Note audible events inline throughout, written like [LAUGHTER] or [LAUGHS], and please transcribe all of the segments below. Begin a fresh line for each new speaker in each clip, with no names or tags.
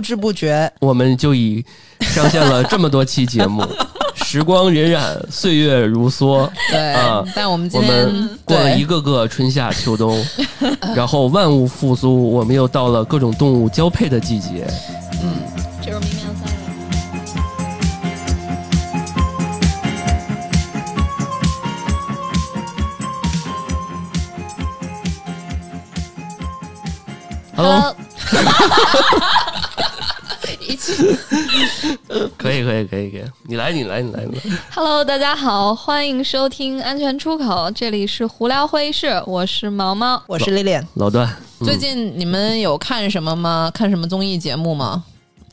不知不觉，
我们就已上线了这么多期
[LAUGHS]
节目，时光荏苒，岁月如梭，
对
啊，
但我们
我
今天
们过了一个个春夏秋冬，然后万物复苏，我们又到了各种动物交配的季节。
这是明年三月。
Hello，
一起
可以，可以，可以，可以，你来，你来，你来，你
嗯
来。
，Hello，大家好，欢迎收听《安全出口》，这里是胡聊会议室，我是毛毛。
我是 Lilian。
老段，嗯
最近你们有看什么吗？看什么综艺节目吗？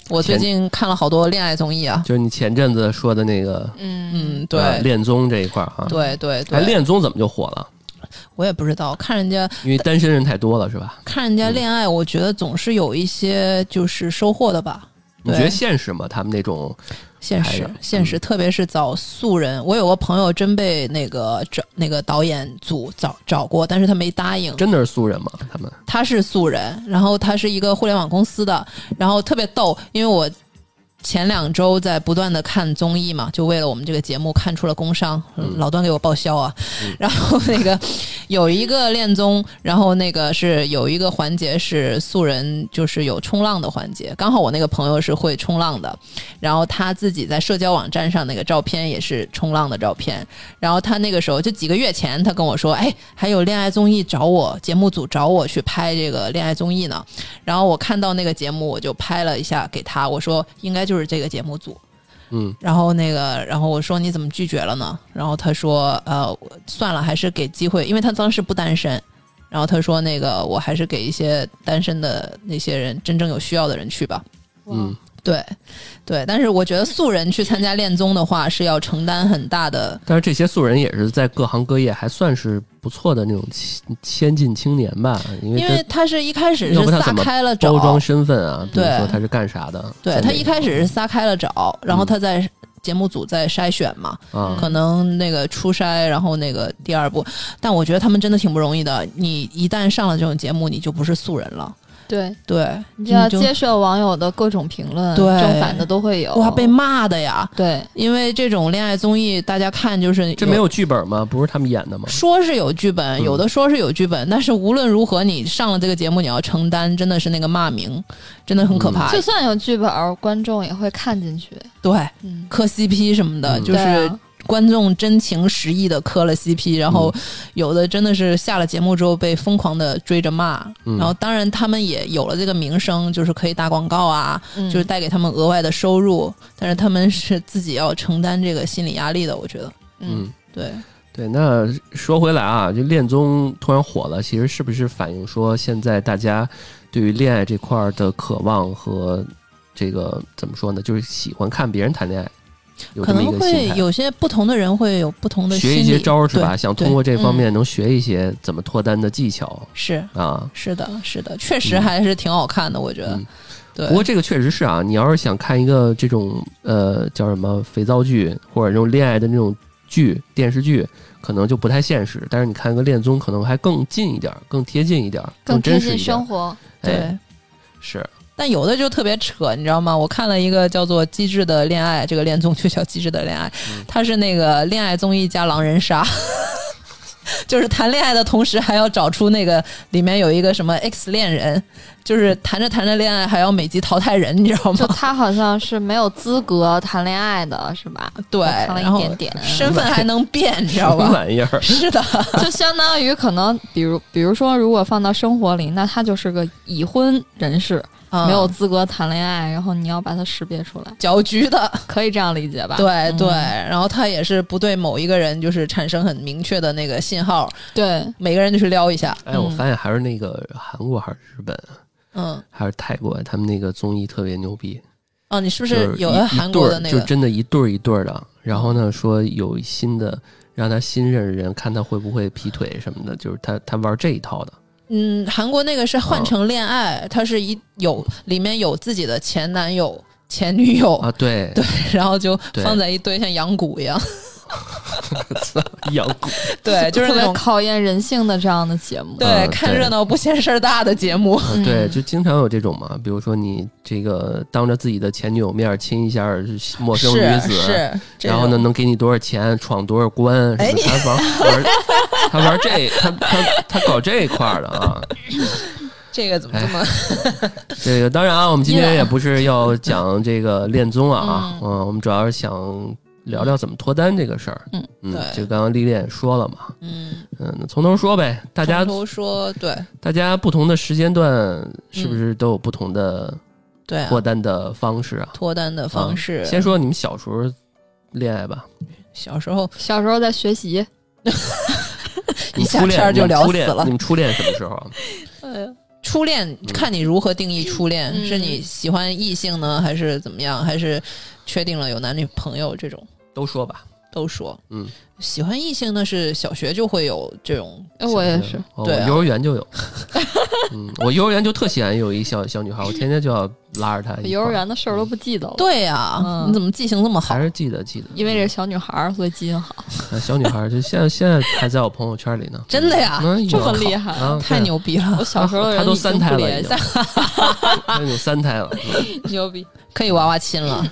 我最
前
近看了好多恋爱综艺啊，
就是你前阵子说的那个
嗯，对，
呃恋综这一块儿哈，
对对
哎，
对，
恋综怎么就火了？
我也不知道，看人家
因为单身人太多了，是吧？
看人家恋爱，我觉得总是有一些就是收获的吧。
你
对
觉得现实吗？他们那种
现
拍
实
的，
现实，特别是找素人，我有个朋友真被那个找那个导演组找找过，但是他没答应。
真的是素人吗？他们
他是素人，然后他是一个互联网公司的，然后特别逗，因为我前两周在不断的看综艺嘛，就为了我们这个节目看出了工伤，老段给我报销啊。然后那个有一个恋综，然后那个是有一个环节是素人，就是有冲浪的环节，刚好我那个朋友是会冲浪的，然后他自己在社交网站上那个照片也是冲浪的照片，然后他那个时候就几个月前，他跟我说，哎，还有恋爱综艺找我，节目组找我去拍这个恋爱综艺呢。然后我看到那个节目，我就拍了一下给他，我说应该就是这个节目组。
嗯，
然后那个，然后我说你怎么拒绝了呢？然后他说，呃，算了，还是给机会，因为他当时不单身。然后他说，那个我还是给一些单身的那些人，真正有需要的人去吧。
嗯，
对，对，但是我觉得素人去参加恋综的话，是要承担很大的
但是这些素人也是在各行各业还算是不错的那种先先进青年吧，因为
因为他是一开始
要
是
不他
撒
怎么
开了
他
找，
包装身份啊，比如
对
说他是干啥的，
对
在
他
哪
一开始是撒开了找，然后他在节目组在筛选嘛，
啊，
可能那个初筛，然后那个第二步，但我觉得他们真的挺不容易的。你一旦上了这种节目，你就不是素人了，
对，
对，
你就要
就
接受网友的各种评论，
对
正反的都会有。
哇被骂的呀，
对，
因为这种恋爱综艺大家看就是
这没有嗯剧本吗？不是他们演的吗？
说是有剧本，有的说是有剧本，但是无论如何，你上了这个节目，你要承担真的是那个骂名，真的
嗯
很可怕。
就算有剧本儿，观众也会看进去。
对，
嗯，
磕 CP 什么的，
嗯
就是、
对啊
观众真情实意的磕了
嗯
CP，然后有的真的是下了节目之后被疯狂的追着骂，
嗯
然后当然他们也有了这个名声，就是可以打广告啊，
嗯
就是带给他们额外的收入，但是他们是自己要承担这个心理压力的，我觉得，
嗯，
对，
对。那说回来啊，就恋综突然火了，其实是不是反映说现在大家对于恋爱这块儿的渴望和这个怎么说呢？就是喜欢看别人谈恋爱，有
可
这么一
能
个
会
心态。
有些不同的人会有不同的心
学
理
一些招儿是吧？
对
想
对嗯
通过这方面能学一些怎么脱单的技巧
是
啊。
是的，是的，确实还是挺好看的，我觉得，
嗯
对，
不过这个确实是啊，你要是想看一个这种呃叫什么肥皂剧或者这种恋爱的那种剧电视剧，可能就不太现实。但是你看个恋综，可能还更近一点儿，更贴近一点儿，
更贴
真实
近
一点儿
生。活。
对。
哎，是
但有的就特别扯，你知道吗？我看了一个叫做《机智的恋爱》，这个恋综就叫《机智的恋爱》，它是那个恋爱综艺加狼人杀， [LAUGHS] 就是谈恋爱的同时还要找出那个里面有一个什么 X 恋人，就是谈着谈着恋爱还要每集淘汰人，你知道
就
吗？
他好像是没有资格谈恋爱的，
[LAUGHS]
是吧？
对，
我看了
然
一
后
点点，嗯
身份还能变，你知
什
道
么
吧？
玩意
[LAUGHS]
儿？
是的，
就相当于可能，比如比如说，如果放到生活里，那他就是个已婚人士，没有
嗯
资格谈恋爱，然后你要把他识别出来，
搅局的，
可以这样理解吧？
对对。
嗯
然后他也是不对某一个人就是产生很明确的那个信号，
对，
每个人就去撩一下，
哎，我
嗯
发现还是那个韩国还是日本
嗯。
还是泰国，他们那个综艺特别牛逼。
哦，你是不
就是
有
一
个
一
韩
对
国
儿
的那
就
个？
真的一对儿一对儿的。然后呢，说有新的让他新认识人，看他会不会劈腿什么的，就是他他玩这一套的。
嗯，韩国那个是
啊
换成恋爱，它是一有里面有自己的前男友、前女友，
啊，对
然后就
对
放在一堆像羊骨一样。 [LAUGHS]
养蛊， [LAUGHS]
对，就是
特
那
别
种
考验人性的这样的节目。
对、
嗯
看
对
热闹不嫌事儿大的节
[LAUGHS]
目。
啊
嗯
对，就经常有这种嘛。比如说你这个当着自己的前女友面儿亲一下儿陌生
是
女子，
是，这
然后呢
种
能给你多少钱，闯多少关，
哎
什么
你
他玩玩他玩这他他他搞这一块儿的啊。
这个怎
哎
么这
[LAUGHS]
么
这个当然啊，我们今
依
天
然
也不是要讲这个恋综啊，嗯，我们主要是想聊聊怎么脱单这个事儿。
嗯
嗯
对，
就刚刚丽丽也说了嘛，
嗯？
嗯，那从头说呗。大家
从头说对
大家不同的时间段是不
嗯
是都有不同的
对啊
脱单的方式啊？
脱单的方式，
先说你们小时候恋
[LAUGHS]
爱吧，
小时候
小时候在学习，
一
你们
下
初
天
恋
儿就
你们初
聊死了
恋你们初恋什么时候啊？
初
嗯
恋，看你如何定义初恋，
嗯
是你喜欢异性呢，还是怎么样，还是确定了有男女朋友这种
都说吧。
都说。
嗯，
喜欢异性那是小学就会有这种
呃我也是，
哦我
对啊
幼儿园
[LAUGHS]
就有。嗯，我幼儿园就特喜欢有一小小女孩，我天天就要拉着她一块儿。
幼儿园的事儿都不记得了。
对呀、
嗯
你怎么记性这么好
还？是记得记得，
因为这是小女孩儿，所以基因好。
啊小女孩儿就现在现在还在我朋友圈里呢，
真的呀
嗯，
这么
有
厉害
啊、
太牛逼了！
我 [LAUGHS] 小时候的
她
人
都
已经
三胎
不
了
联
已
系
经， [LAUGHS] 她已经三胎了，嗯
[LAUGHS] 牛逼！
[LAUGHS] 可以娃娃亲
[LAUGHS]
了，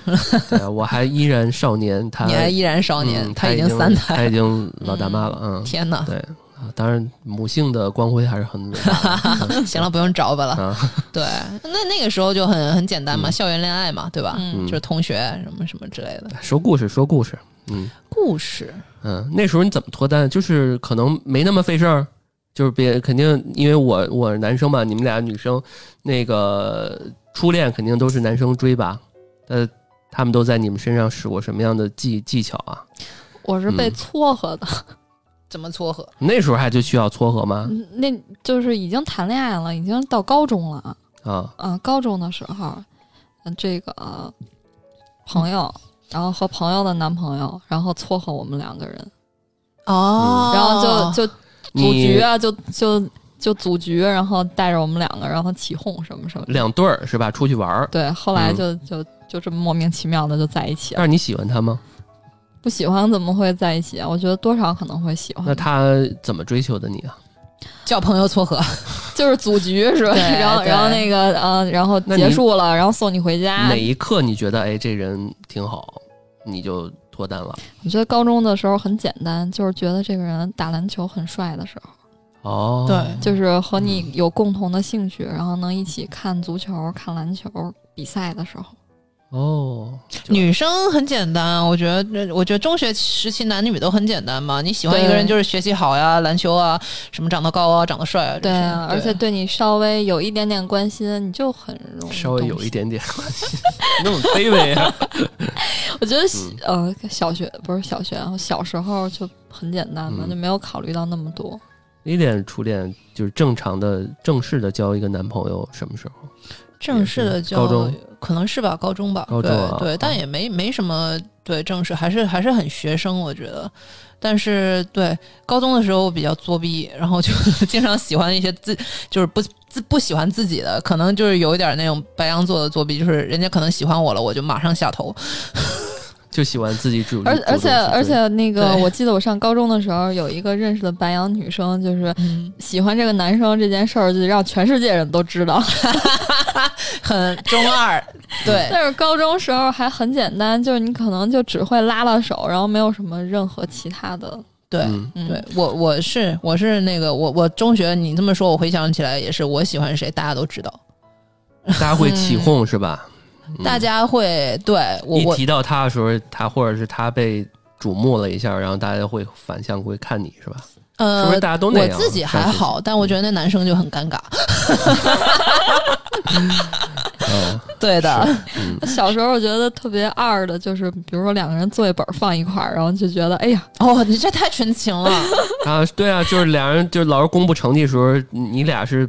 对啊，我还依然少年，她
你还依然少
嗯
年，
她
他已经三胎，
她已经老大妈了，
[LAUGHS]
嗯，
天哪！
对啊，当然母性的光辉还是很伟
[LAUGHS]
大的
行了，不用找吧了。
啊，
对，那那个时候就很很简单嘛，
嗯
校园恋爱嘛，对吧？
嗯
就是同学什么什么之类的
说故事说故事，嗯
故事。
嗯，那时候你怎么脱单？就是可能没那么费事儿。就是别肯定，因为我我是男生嘛，你们俩女生，那个初恋肯定都是男生追吧？呃，他们都在你们身上使过什么样的技技巧啊？
我是被
嗯
撮合的，
怎么撮合？
那时候还就需要撮合吗？
那就是已经谈恋爱了，已经到高中了啊。
啊，
嗯，高中的时候，嗯，这个呃朋友，然后和朋友的男朋友，然后撮合我们两个人，
哦
然后就就组局
你
啊，就就就组局，然后带着我们两个，然后起哄什么什么的。
两对儿是吧？出去玩儿，
对，后
嗯
来就就就这么莫名其妙的就在一起
但
了。
是你喜欢他吗？
不喜欢怎么会在一起啊？我觉得多少可能会喜欢
那，他怎么追求的你啊？
叫朋友撮合，
就是组局是吧？
对
[LAUGHS] 然后
对
然后那个呃，然后
那你
结束了，然后送你回家
哪。一刻你觉得哎这人挺好，你就脱单了？
我觉得高中的时候很简单，就是觉得这个人打篮球很帅的时候，
哦，
对
就是和
嗯
你有共同的兴趣，然后能一起看足球、看篮球比赛的时候。
哦，就
女生很简单，我觉得，我觉得中学时期男女都很简单嘛。你喜欢
对
一个人就是学习好呀，篮球啊，什么长得高啊，长得帅啊，这
对
些
啊，而且对你稍微有一点点关心，你就很容易
稍微有
动
一
心。
点 [LAUGHS] 点，那么卑微啊？
我觉
嗯
得小呃，小学不是小学，然后小时候就很简单嘛，
嗯
就没有考虑到那么多。
你恋初恋就是正常的、正式的交一个男朋友什么时候？
正式的交
高中
可能是吧，高中吧，
高中啊嗯
对对，但也没没什么对正式，还是还是很学生，我觉得。但是对高中的时候我比较作弊，然后就经常喜欢一些自就是不自不喜欢自己的，可能就是有一点那种白羊座的作弊，就是人家可能喜欢我了，我就马上下头。
就喜欢自己主，
而
主动
而且
去追
而且那个，
对
我记得我上高中的时候有一个认识的白羊女生，就是
嗯，
喜欢这个男生这件事儿，就让全世界人都知道。
很中二，对
[LAUGHS] 但是高中时候还很简单，就是你可能就只会拉拉手，然后没有什么任何其他的。
对。
嗯，
嗯、
对，我，我是我是那个我我中学你这么说，我回想起来也是，我喜欢谁大家都知道，
大家会起哄是吧？嗯
大家会对我
一
我
提到他的时候，他或者是他被瞩目了一下，然后大家会反向会看你是吧？
呃
是不是大家都那
我
样？啊
自己还好，但我觉得那男生就很尴尬。
嗯上学期，嗯
对的，
嗯，
[LAUGHS] 小时候我觉得特别二的，就是比如说两个人作业本放一块儿，然后就觉得哎呀，
[LAUGHS] 哦，你这太纯情
[LAUGHS]
了，
[LAUGHS] 啊，对啊，就是俩人，就是老师公布成绩的时候，你俩是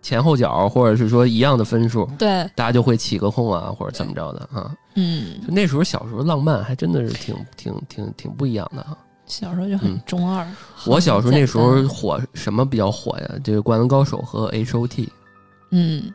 前后脚，或者是说一样的分数，
对，
大家就会起个哄啊，或者怎么着的啊。
嗯，
就那时候小时候浪漫还真的是挺挺挺挺不一样的啊。
小时候就很
嗯
中二，
我小时候那时候火什么比较火呀？这个《灌篮高手》和 H O T，
嗯，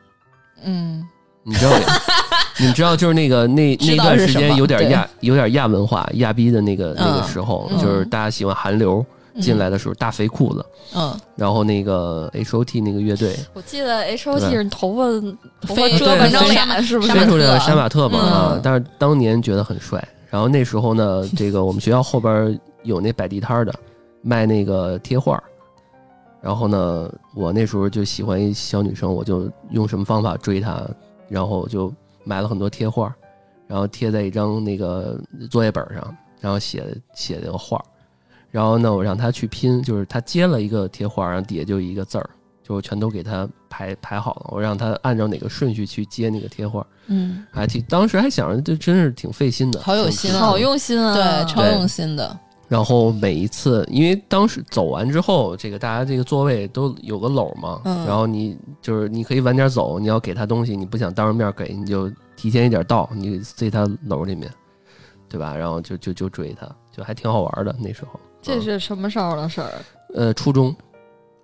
嗯，
你知道， [LAUGHS] 你们知道，就是那个那那
知道
段
是
时
什
间
么
有点
对
亚有点亚文化亚逼的那个那个
嗯
时候，
嗯
就是大家喜欢韩流进来的时候，大肥裤子，
嗯，
然后那个 H O T 那个乐队，
我记得 H O
对
T 是头发头发
飞
遮满
对
张
飞
脸， [LAUGHS] 是不是
山马
飞？出
特
来杀马特嘛
嗯
啊，但是当年觉得很帅。然后那时候
[LAUGHS]
呢，这个我们学校后边有那摆地摊儿的，卖那个贴画儿。然后呢，我那时候就喜欢一小女生，我就用什么方法追她，然后我就买了很多贴画儿，然后贴在一张那个作业本上，然后写写这个画儿。然后呢，我让她去拼，就是她接了一个贴画儿，然后底下就一个字儿，就全都给她排排好了。我让她按照哪个顺序去接那个贴画儿。
嗯，
还挺，当时还想着这真是挺费心的，
好有
挺
心
挺
啊
好用心啊！
对，超用心的，
然后每一次，因为当时走完之后，这个大家这个座位都有个篓嘛，
嗯
然后你就是你可以晚点走，你要给他东西，你不想当着面给，你就提前一点到，你塞他篓里面，对吧？然后就就就追他，就还挺好玩的那时候。
这
嗯、
是什么时候的事儿？
呃初中、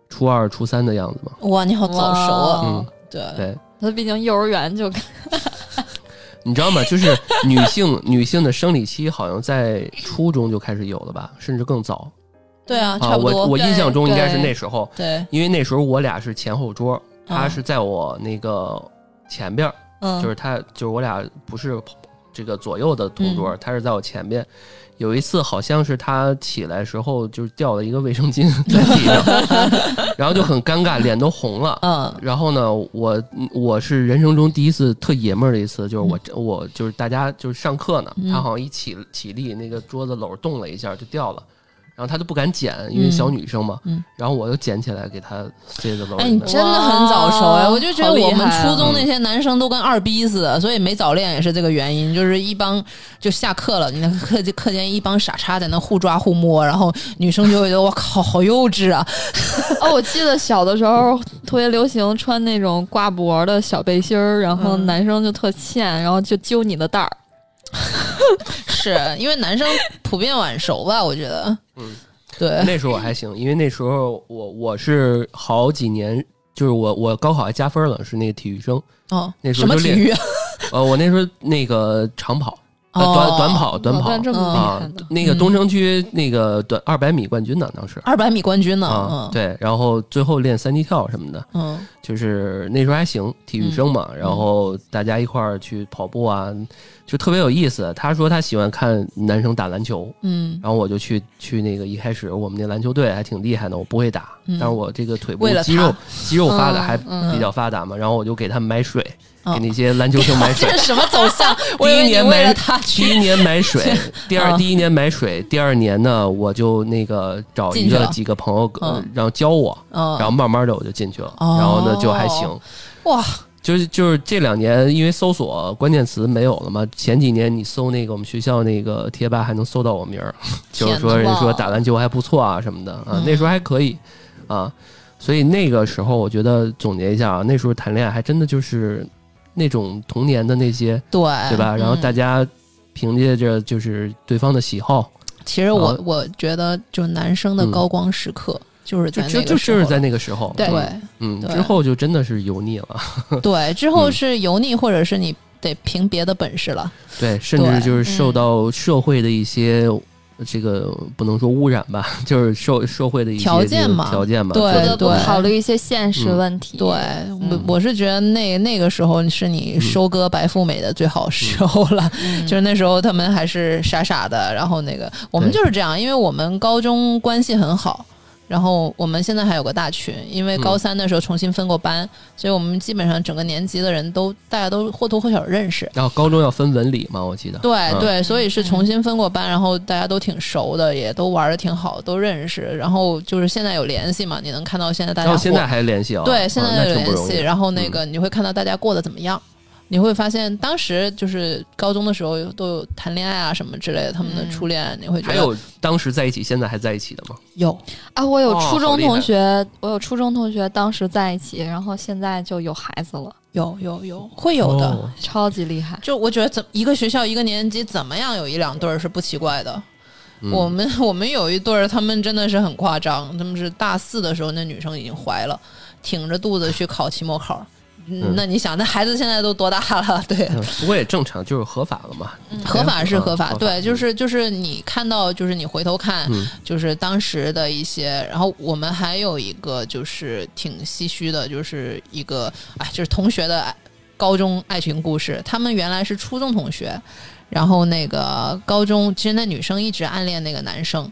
初二、初三的样子嘛，
哇，你好早熟啊，
哇
嗯，
对，
对。
他毕竟幼儿园 [LAUGHS] 就嗯
你知道吗？就是女性 [LAUGHS] 女性的生理期好像在初中就开始有了吧，甚至更早。
对啊，
啊，
差不
我
多
我，印象中应该是
对
那时候，
对，
因为那时候我俩是前后桌，他
嗯
是在我那个前边儿，
嗯，
就是他就是我俩不是这个左右的同
嗯
桌，他是在我前边。有一次好像是他起来时候就是掉了一个卫生巾 [LAUGHS] 在地上， [LAUGHS] 然后就很尴尬，脸都红了。
嗯
然后呢，我我是人生中第一次特爷们儿的一次，就是我、我就是大家就是上课呢，
嗯
他好像一起起立，那个桌子篓动了一下就掉了，然后他就不敢捡，因为小女生嘛，
嗯嗯
然后我又捡起来给他塞在篓里面。
哎，你真的很早熟哎！
哇
我就觉得我们
好厉害啊
初中那些男生都跟二逼似的，所以没早恋也是这个原因，就是一帮就下课了，你那课课间一帮傻叉在那互抓互摸，然后女生就会觉得我靠，好幼稚啊！
哦，我记得小的时候特别流行穿那种挂脖的小背心儿，然后
嗯
男生就特欠，然后就揪你的带儿。
是因为男生普遍晚熟吧？我觉得，
嗯，
对，
那时候我还行，因为那时候我我是好几年，就是我我高考还加分了，是那个体育生。
哦，
那时
什
候
么
就
体
练
育啊？
呃，我那时候那个长跑，呃、
哦
短短跑短跑
老段这么厉害
啊
呢，，
那个
嗯
东城区那个短二百米冠军呢，当时
二百米冠军呢？
啊
嗯，，
对，然后最后练三级跳什么的，
嗯
就是那时候还行，体育生嘛，然后大家一块儿去跑步啊，就特别有意思。他说他喜欢看男生打篮球，
嗯，
然后我就去去那个一开始我们那篮球队还挺厉害的，我不会打，
嗯
但是我这个腿部
为了
肌肉
他
肌肉发达还
嗯
比较发达嘛，然后我就给他们买水，
哦
给那些篮球生买水
[LAUGHS] 这。是什么走向？我以
[LAUGHS] 第一
为你
年
为
买
了他
第
去
一年
[LAUGHS]
买水，第二
啊
第一年买水，第二年呢我就那个找一
进去
个
了
几个朋友，呃
嗯
然后教我，然后
嗯，
慢慢的我就进去了，
哦
然后呢就还行。
哇，
就是就是这两年，因为搜索关键词没有了嘛，前几年你搜那个我们学校那个贴吧还能搜到我名儿， [LAUGHS] 就是说
天
人
哪
说打篮球还不错啊什么的啊
嗯，
那时候还可以啊，所以那个时候我觉得总结一下啊，那时候谈恋爱还真的就是那种童年的那些
对
对吧？然后
嗯
大家凭借着就是对方的喜好，
其实我、
啊
我觉得，就男生的高光时刻，就是
就
在那
就
个
就
时
是
候
在那个时候，
对
对
嗯，
对
之后就真的是油腻了，
对之后
嗯
是油腻，或者是你得凭别的本事了。
对，甚至
对
就是受
嗯
到社会的一些。这个不能说污染吧， [LAUGHS] 就是社社会的一些
条件
这个
嘛
条件嘛，
对
不得不
对
考虑一些现实问题。
嗯
对，我我是觉得那那个时候是你收割白富美的最好时候了。[LAUGHS]
嗯
就是那时候他们还是傻傻的，然后那个我们
对
就是这样，因为我们高中关系很好，然后我们现在还有个大群，因
嗯
为高三的时候重新分过班，所以我们基本上整个年级的人都大家都或多或少认识。
然后高中要分文理嘛，我记得。
对对，所以是
嗯
重新分过班，然后大家都挺熟的，也都玩的挺好，都认识，然后就是现在有联系嘛，你能看到现在大
然
家
后现
活
在还联系啊？
对，现
啊
在
那
有
挺不
联
容
系，
易。
然后那个你会看到大家过得怎么样。你会发现，当时就是高中的时候都有谈恋爱啊什么之类的，他们的
嗯
初恋，你会觉
还
得
有当时在一起，现在还在一起的吗？
有
啊，我有
哦
初
好
中
厉害
同学，我有初中同学当时在一起，然后现在就有孩子了，
有有有会有的。
哦
超级厉害。
就我觉得怎一个学校一个年级怎么样有一两对儿是不奇怪的。
嗯
我们 [LAUGHS] 我们有一对儿，他们真的是很夸张，他们是大四的时候，那女生已经怀了，挺着肚子去考期末考，
嗯
那你想，那孩子现在都多大了？对，
嗯不过也正常，就是合法了嘛。
嗯
嗯
合法是合法，
合法
对，就是就是你看到，就是你回头看，
嗯
就是当时的一些，然后我们还有一个就是挺唏嘘的，就是一个哎，就是同学的爱高中爱情故事，他们原来是初中同学，然后那个高中其实那女生一直暗恋那个男生，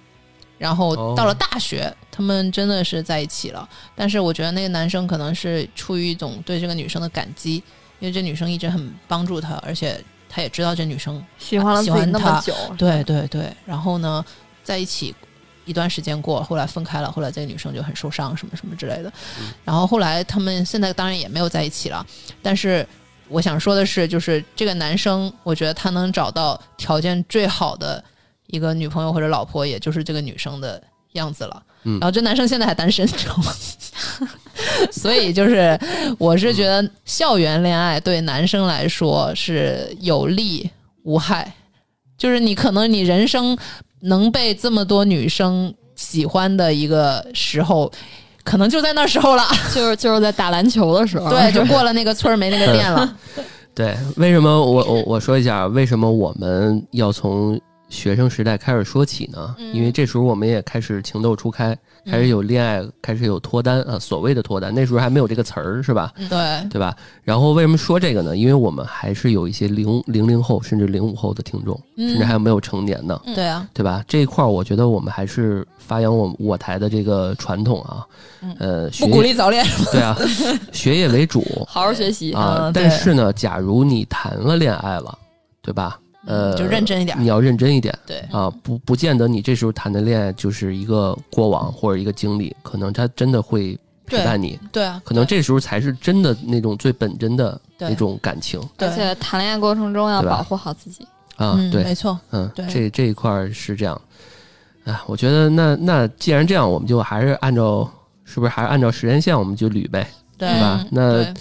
然后到了
哦
大学，他们真的是在一起了，但是我觉得那个男生可能是出于一种对这个女生的感激，因为这女生一直很帮助他，而且他也知道这女生
喜欢了自
喜欢
己那
他
么久，
对对对，然后呢，在一起一段时间过，后来分开了，后来这个女生就很受伤，什么什么之类的。然后后来他们现在当然也没有在一起了，但是我想说的是，就是这个男生，我觉得他能找到条件最好的一个女朋友或者老婆，也就是这个女生的样子了。
嗯
然后这男生现在还单身，你知道吗？ [LAUGHS] 所以就是，我是觉得校园恋爱对男生来说是有利无害，就是你可能你人生能被这么多女生喜欢的一个时候，可能就在那时候了。
[LAUGHS]
啊
就是就是在打篮球的时候，
对，就过了那个村儿没那个店
[LAUGHS]
了。
对，为什么我我我说一下，为什么我们要从学生时代开始说起呢？
嗯
因为这时候我们也开始情窦初开，开始有恋爱，开始有脱单
嗯
啊，所谓的脱单，那时候还没有这个词儿，是吧？
对，
对吧？然后为什么说这个呢？因为我们还是有一些零零零后甚至零五后的听众，
嗯
甚至还有没有成年的，
对啊，
对吧？这一块儿，我觉得我们还是发扬我我台的这个传统啊，呃，学
嗯不鼓励早恋。
对
[LAUGHS]
啊，学业为主，
[LAUGHS] 好好学习。
啊
嗯，
但
对
是呢，假如你谈了恋爱了，对吧？呃，
嗯就认真一点
你要认真一点
对，
啊，不不见得你这时候谈的恋爱就是一个过往或者一个经历，可能它真的会陪伴你，
对啊，
嗯可能这时候才是真的那种最本真的
对
那种感情
对
而，且谈恋爱过程中要
对吧
保护好自己，
啊，
嗯，
对，
没错，
嗯，
对
这这一块儿是这样。啊，我觉得那那既然这样，我们就还是按照是不是还是按照时间线我们就捋呗。
对
是吧
嗯
那
对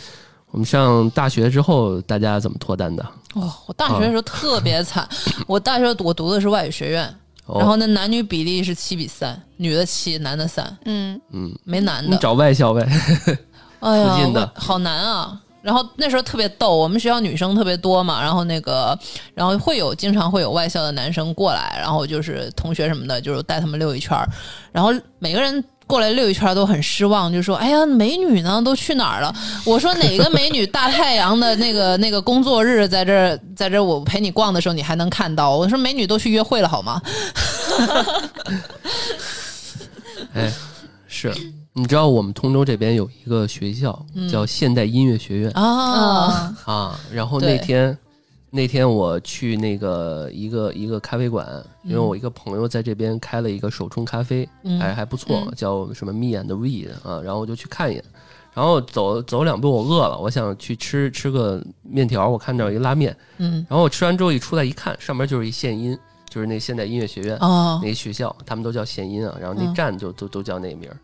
我们上大学之后，大家怎么脱单的？
哦，我大
啊
学的时候特别
[LAUGHS]
惨，我大学我读的是外语学院，
哦、
然后那男女比例是七比三，女的七，男的三，
嗯，
嗯，
没男
你
的。
找外校呗。
哎呀
附近的
我好难啊。然后那时候特别逗，我们学校女生特别多嘛，然后那个，然后会有经常会有外校的男生过来，然后就是同学什么的，就是带他们溜一圈儿，然后每个人过来溜一圈儿都很失望，就说：“哎呀，美女呢？都去哪儿了？”我说：“哪个美女大太阳的那个 [LAUGHS] 那个工作日在这儿在这儿我陪你逛的时候你还能看到？”我说：“美女都去约会了好吗
哎，是，你知道我们通州这边有一个学校叫现代音乐学院、？”
嗯
嗯
啊，
啊，然后
对
那天那天我去那个一个一个咖啡馆，因为我一个朋友在这边开了一个手冲咖啡，
嗯
还还不错，叫什么 Me and We 啊，然后我就去看一眼。然后走走两步，我饿了，我想去吃吃个面条。我看到一拉面，
嗯，
然后我吃完之后一出来一看，上面就是一现音，就是那现代音乐学院。
哦，
那学校，他们都叫县音啊，然后
嗯
那站就都、都叫那名儿。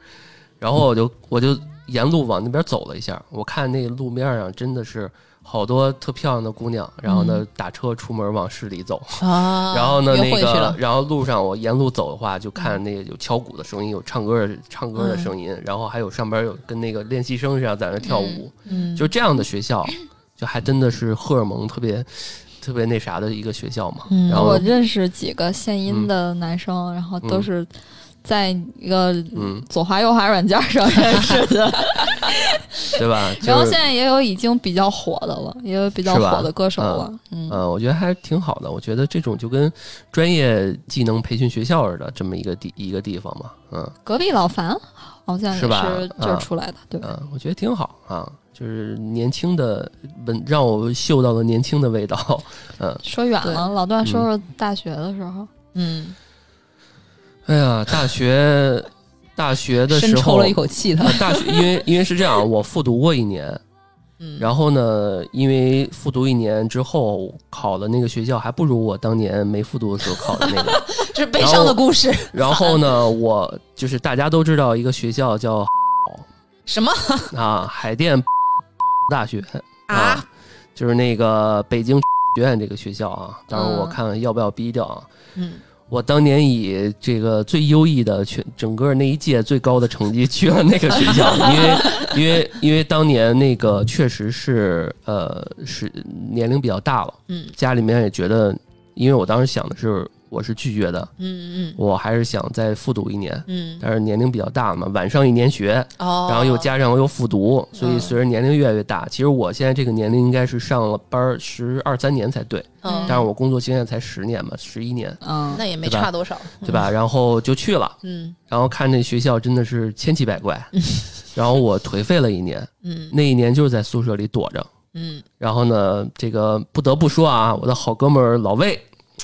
然后我就我就沿路往那边走了一下，我看那路面上真的是好多特漂亮的姑娘，然后呢、打车出门往市里走，
嗯啊，
然后呢
约
那
会去
个
了，嗯
然后路上我沿路走的话，就看那个有敲鼓的声音，有唱歌的唱歌的声音，然后还有上边有跟那个练习生一样在那跳舞，
嗯，
就这样的学校，就还真的是荷尔蒙特别特别那啥的一个学校嘛。
嗯
然后嗯
我认识几个献音的男生，然后都是在一个
嗯，
左滑右滑软件上 [LAUGHS] 认识的，
[LAUGHS]
对吧？
然后
就是
现在也有已经比较火的了，也有比较
是吧
火的歌手了，嗯，
嗯，我觉得还挺好的。我觉得这种就跟专业技能培训学校似的，这么一个地一个地方嘛，嗯
隔壁老樊好像也
是
是
吧
就是出来的，对吧？
嗯，我觉得挺好啊，就是年轻的本让我嗅到了年轻的味道。嗯
说远
对
了，老段说说大学的时候，
嗯。
哎呀，大学大学的时
深抽
候，
了一口气，他
呃大学因为因为是这样，我复读过一年，
嗯
然后呢，因为复读一年之后考的那个学校还不如我当年没复读的时候考的那 [LAUGHS] 个。
这是悲伤的故事。
然后呢，我就是大家都知道一个学校叫
什么
啊，海淀大学啊？就是那个北京学院这个学校啊。当然，我
嗯
看要不要逼掉啊。
嗯，
我当年以这个最优异的全整个那一届最高的成绩去了那个学校，因为因为因为当年那个确实是呃是年龄比较大了，
嗯
家里面也觉得，因为我当时想的是我是拒绝的，
嗯嗯
我还是想再复读一年，
嗯，
但是年龄比较大嘛，晚上一年学，
哦，
然后又加上我又复读，所以
嗯
随着年龄越来越大，其实我现在这个年龄应该是上了班十二三年才对，
嗯，
但是我工作经验才十年嘛，十一年，
嗯，
那也没
对吧
差多少，
对吧？然后就去了，
嗯？
然后看这学校真的是千奇百怪，然后我颓废了一年，
嗯
那一年就是在宿舍里躲着。
嗯
然后呢，这个不得不说啊，我的好哥们儿老魏，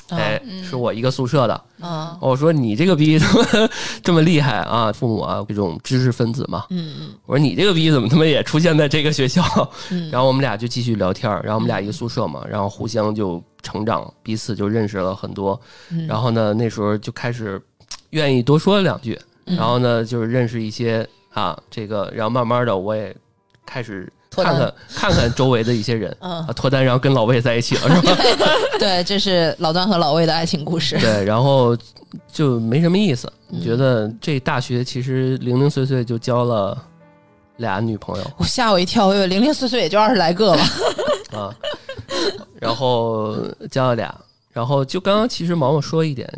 嗯，
哎，是我一个宿舍的。
啊，
我哦说你这个逼 [LAUGHS] 他妈这么厉害啊，父母啊这种知识分子嘛。
嗯
我说你这个逼怎么他妈也出现在这个学校？ [LAUGHS]
嗯
然后我们俩就继续聊天儿，然后我们俩一个宿舍嘛，然后互相就成长，彼此就认识了很多。
嗯，
然后呢，那时候就开始愿意多说两句，
嗯
然后呢，就是认识一些啊这个，然后慢慢的我也开始
脱
看
单。
看看看周围的一些人
嗯
啊，，脱单，然后跟老魏在一起了，
[LAUGHS]
是吧？
对，这是老段和老魏的爱情故事。
对，然后就没什么意思，
嗯
觉得这大学其实零零碎碎就交了俩女朋友，
我吓我一跳，我以为零零碎碎也就二十来个
[LAUGHS]
吧。
啊，然后交了俩，然后就刚刚其实毛毛说一点，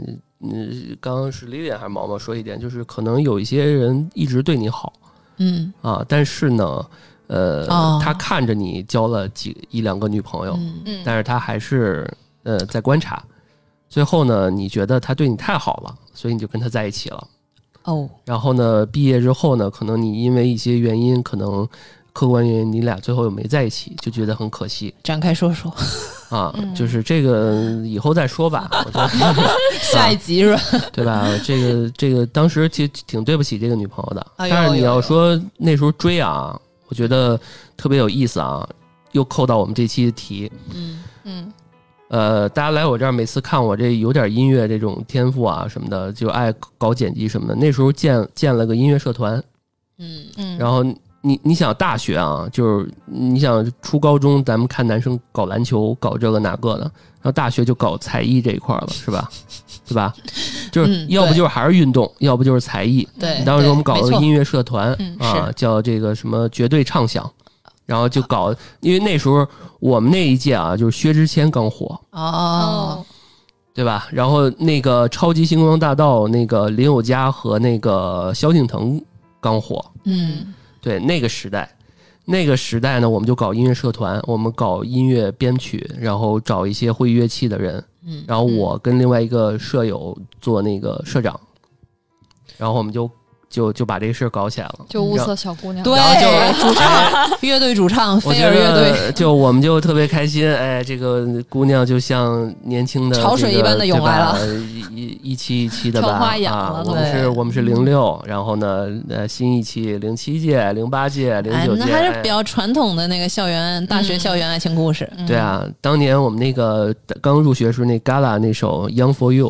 嗯，刚刚是 Lilian 还是毛毛说一点，就是可能有一些人一直对你好
嗯
啊，但是呢，呃，
哦
他看着你交了几一两个女朋友，
嗯
嗯
但是他还是呃在观察，最后呢，你觉得他对你太好了，所以你就跟他在一起了。
哦
然后呢，毕业之后呢，可能你因为一些原因，可能客观原因，你俩最后又没在一起，就觉得很可惜。
展开说说，
啊，
嗯
就是这个以后再说吧，我
[LAUGHS]
觉得
[LAUGHS] 下一集是吧？
对吧？这个这个当时其实挺对不起这个女朋友的，
哎呦
但是你
哎呦
要说那时候追啊，我觉得特别有意思啊，又扣到我们这期的题。
嗯
嗯
呃，大家来我这儿，每次看我这有点音乐这种天赋啊什么的，就爱搞剪辑什么的。那时候建建了个音乐社团，
嗯
嗯，
然后你你想大学啊，就是你想初高中咱们看男生搞篮球，搞这个那个的，然后大学就搞才艺这
[LAUGHS]
一块儿了，是吧？对吧？就是
嗯
要不
对
就是还是运动，要不就是才艺。
对，
当时我们搞了
对
个
没错
音乐社团
嗯
啊
是，
叫这个什么绝对畅想，然后就搞，因为那时候我们那一届啊，就是薛之谦刚火，
哦，
对吧？然后那个超级星光大道，那个林宥嘉和那个萧敬腾刚火，
嗯
对那个时代，那个时代呢，我们就搞音乐社团，我们搞音乐编曲，然后找一些会乐器的人，
嗯，
然后我跟另外一个舍友做那个社长，然后我们就就就把这个事儿搞起来了。
就物色小姑娘，
对
然后就
主唱乐队主 [LAUGHS] 唱
哦我
菲
觉
儿乐队，
得就我们就特别开心，哎，这个姑娘就像年轻的
潮水
这个
一般地涌
对吧
来了
一一一期一期的
成
吧，
花样
啊
了，
我们
对
是我们是零六，然后呢，呃，新一期零七届、零八届、零
哎
九，届，
那还
哎
是比较传统的那个校
嗯
园大学校园爱情故事。
对啊，当年我们那个刚入学时候那 Gala 那首《Young for You》，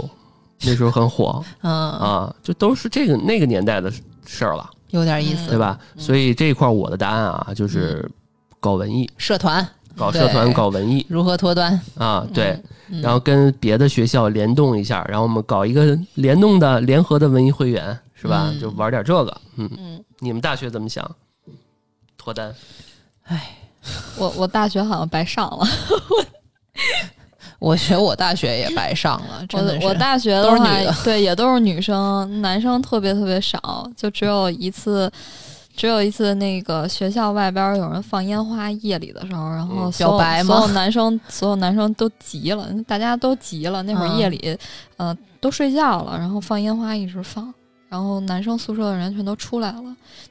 那时候
[LAUGHS]
很火
嗯，
啊，就都是这个那个年代的事儿了，
有点意思
嗯
对。吧？所以这一块儿我的答案啊，就是搞文艺，
社团
搞社团，
嗯对
搞文艺
如何脱单？
啊，对。
嗯
然后跟别的学校联动一下，然后我们搞一个联动的联合的文艺会员，是吧？
嗯
就玩点这个，嗯。
嗯，
你们大学怎么想？脱单？
我我大学好像白上了，
我学我大学也白上了，真的
我
是
我大学的
都是
话
女的
对，也都是女生，男生特别特别少，就只有一次，只有一次那个学校外边有人放烟花，夜里的时候，然后
嗯
所有、
表白吗
所有男生所有男生都急了，大家都急了，那会儿
嗯
夜里，呃，都睡觉了，然后放烟花一直放。然后男生宿舍的人全都出来了，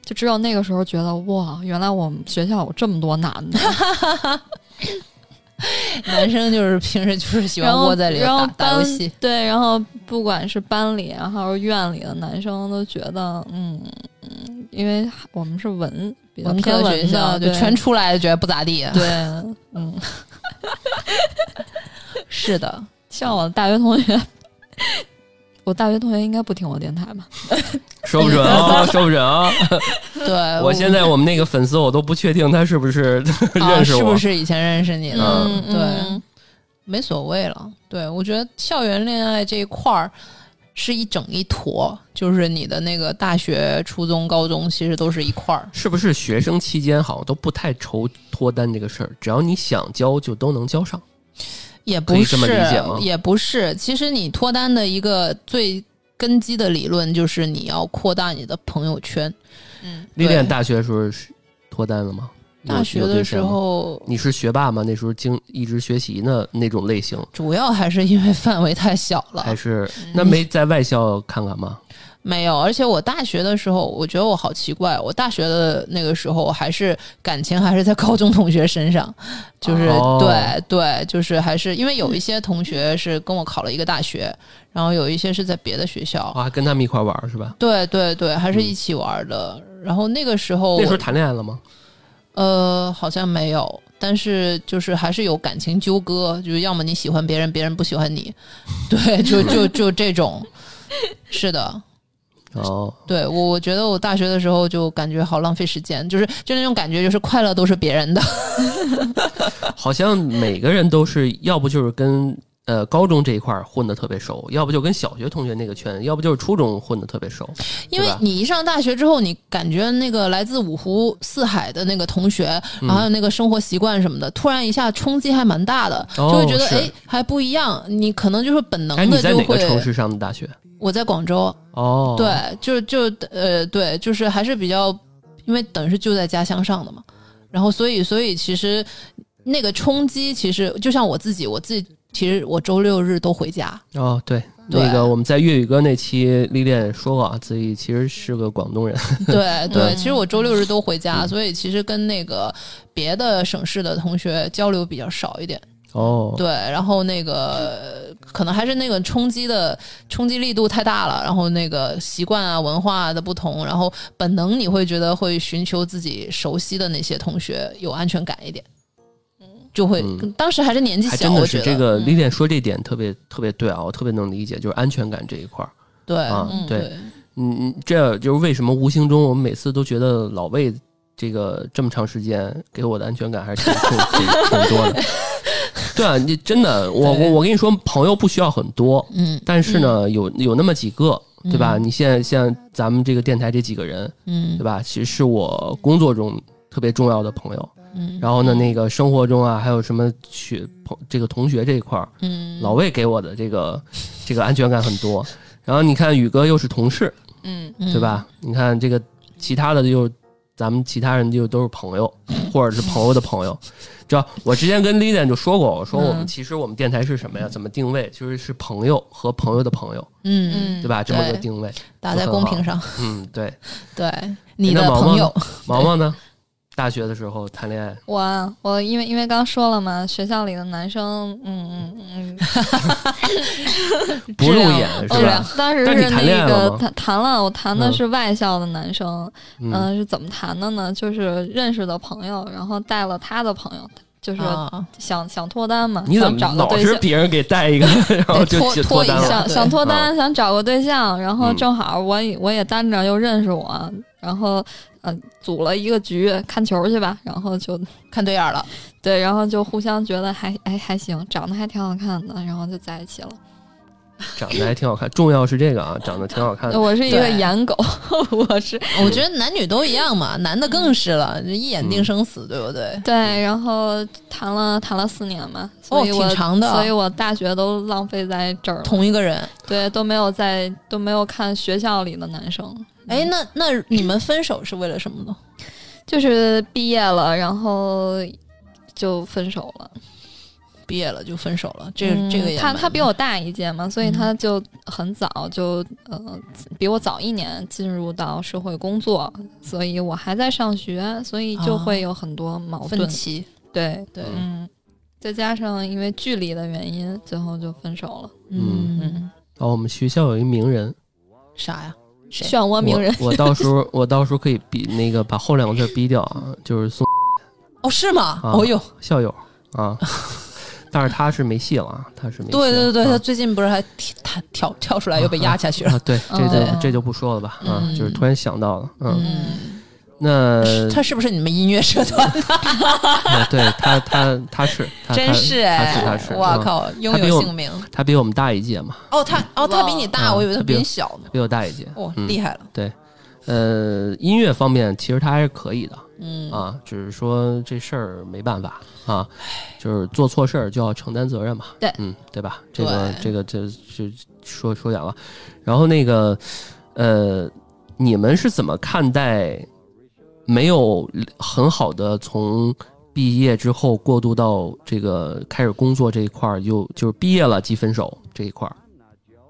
就只有那个时候觉得哇，原来我们学校有这么多男的，
男生就是平时就是喜欢
然后
窝在里头
然后
打
班
打游戏。
对，然后不管是班里啊，还是院里的男生都觉得，嗯嗯，因为我们是文比较
文
偏
科学
文的，
校就
对
全出来，觉得不咋地。
对，嗯，
是
[LAUGHS]
的，
像我的大学同学， [LAUGHS] 我大学同学应该不听我电台吧？
说不准哦， [LAUGHS] 说不准哦。
对。
我现在我们那个粉丝，我都不确定他是不是
[LAUGHS] 啊，
认识
是
我。
不是以前认识你的？
嗯
对
嗯
没所谓了。对我觉得校园恋爱这一块儿是一整一坨，就是你的那个大学、初中、高中其实都是一块儿。
是不是学生期间好像都不太愁脱单这个事儿？只要你想交，就都能交上。
也
可
不
以
是
这么理解吗，
也不是。其实你脱单的一个最根基的理论就是你要扩大你的朋友圈。
嗯，
历练
对
大学的时候是脱单了吗？有
大学
有对
的时
象吗
候，
你是学霸吗？那时候经一直学习呢那种类型，
主要还是因为范围太小
还
了，
是
嗯
那没在外校看看吗？
没有。而且我大学的时候，我觉得我好奇怪，我大学的那个时候我还是感情还是在高中同学身上，就是、
哦
对对，就是还是因为有一些同学是跟我考了一个大学，然后有一些是在别的学校。
啊，还跟他们一块玩儿是吧？
对对对，还是
嗯
一起玩的。然后那个时候
那时候
哦我，
谈恋爱了吗？
呃，好像没有，但是就是还是有感情纠葛，就是要么你喜欢别人，别人不喜欢
[LAUGHS]
你，对，就就就这种，是的。
哦，
对我，我觉得我大学的时候就感觉好浪费时间，就是就那种感觉，就是快乐都是别人的。
好像每个人都是，要不就是跟呃高中这一块儿混的特别熟，要不就跟小学同学那个圈，要不就是初中混的特别熟。
因为
对吧
你一上大学之后，你感觉那个来自五湖四海的那个同学，
嗯
然后还有那个生活习惯什么的，突然一下冲击还蛮大的，
哦
就会觉得
是
哎还不一样。你可能就是本能
哎，你
的
在
嗯就
哪个城
会。
市上的大学？
我在广州，
哦，，
对，就就呃对，就是还是比较，因为等于是就在家乡上的嘛，然后所以所以其实那个冲击，其实就像我自己，我自己其实我周六日都回家，
哦，对。
对
那个我们在粤语歌那期历练说过啊，自己其实是个广东人， [LAUGHS]
对对，
嗯
其实我周六日都回
嗯
家，所以其实跟那个别的省市的同学交流比较少一点。
哦，
对，然后那个可能还是那个冲击的冲击力度太大了，然后那个习惯啊、文化的不同，然后本能你会觉得会寻求自己熟悉的那些同学有安全感一点，就会、
嗯
当时还是年纪
还
小，
真
我
的
觉得
是
嗯
这个历练说这一点特别特别对啊，我特别能理解，就是安全感这一块儿。
对、
啊
嗯、
对嗯，嗯这就是为什么无形中我们每次都觉得老魏这个这么长时间给我的安全感还是挺
[LAUGHS]
挺挺挺多的。对啊，你真的，我我
对
我跟你说，朋友不需要很多，
嗯，
但是呢，有有那么几个，对吧？
嗯
你现在像咱们这个电台这几个人，
嗯，
对吧？其实是我工作中特别重要的朋友。
嗯，
然后呢，那个生活中啊，还有什么学朋这个同学这一块儿，
嗯
老魏给我的这个这个安全感很多。然后你看宇哥又是同事，
嗯
嗯
对吧？你看这个其他的就咱们其他人就都是朋
[LAUGHS]
友，或者是朋友的朋友。知道我之前跟 l i l i a n 就说过，我说我们
嗯
其实我们电台是什么呀？怎么定位？就是是朋友和朋友的朋友，
嗯，
对吧？这么个
对
定位。
打在公屏上，
嗯，
[LAUGHS]
对。
对你
哎那
的
毛毛
朋友
呢。毛毛呢？大学的时候谈恋爱，
我啊我因为因为刚说了嘛，学校里的男生，嗯嗯
不
质
入
量
眼是
嗯，
吧？
哦，当时
但你
是
谈恋爱
那
了
个
吗
谈谈了，我谈的是外校的男生，
嗯，
呃
嗯，是怎么谈的呢？就是认识的朋友，然后带了他的朋友，就是
啊，
想想脱单嘛，
你怎
呃
想
么
找个
老
对
是 [LAUGHS]
象。
别人给
[LAUGHS]
带一个，然后就
拖
就
拖一
单
下
了？啊
想想脱单，想找个对象，然后
嗯
正好我也我也单着又认识我，然后呃组了一个局看球去吧，然后就
看对眼儿了。
对，然后就互相觉得还哎还行，长得还挺好看的，然后就在一起了。
长得还挺好看，重要是这个啊，长得挺好看的。
呃
我是一个
对
颜狗， [LAUGHS] 我是
我觉得男女都一样
嗯
嘛，男的更是了，一眼定生死，对不对？
对，然后谈了谈了四年嘛，所以
哦挺
我、
长的啊
所以我大学都浪费在这儿了，
同一个人，
对，都没有在都没有看学校里的男生，
嗯
哎，那那你们分手是为了什么呢？
就是毕业了，然后就分手了。
毕业了就分手了，这
嗯
这个也嗯
他
蛮
他比我大一届嘛，所以他就很早就呃比我早一年进入到社会工作，所以我还在上学，所以就
啊
会有很多矛
分
盾。
歧，
对，
对，
嗯
嗯，再加上因为距离的原因，最后就分手了。
嗯
嗯，
嗯，
然后我们学校有一名人，
啥呀？谁
漩涡鸣人，
我我到时候我到时候可以逼那个把后两个字逼掉啊，就是宋
哦，是吗？
啊
哦呦，
校友
[LAUGHS]
啊，但是他是没戏了啊，他是没戏了
对对对，
啊
他最近不是还跳他跳跳出来又被压下去了？
啊，对，这就
嗯
这就不说了吧啊，
嗯
就是突然想到了，嗯，
嗯 [LAUGHS]
那
他是不是你们音乐社团？
那对他他他是，他
真是
他他
哎
是他是，，
我
嗯，
靠，拥
他比
有
我
姓名
他比我们大一届嘛，
哦，他哦他比你大，
哇
我以为他
嗯他比
比
我
你小呢，
比我大一届。
哦，
嗯
厉害了，
对，呃，音乐方面其实他还是可以的，
嗯
啊，只是说这事儿没办法啊，就是做错事儿就要承担责任嘛。
对
嗯，对吧？这个这个这这说说远了，然后那个呃，你们是怎么看待没有很好的从？毕业之后过渡到这个开始工作这一块儿，又就是毕业了即分手这一块儿，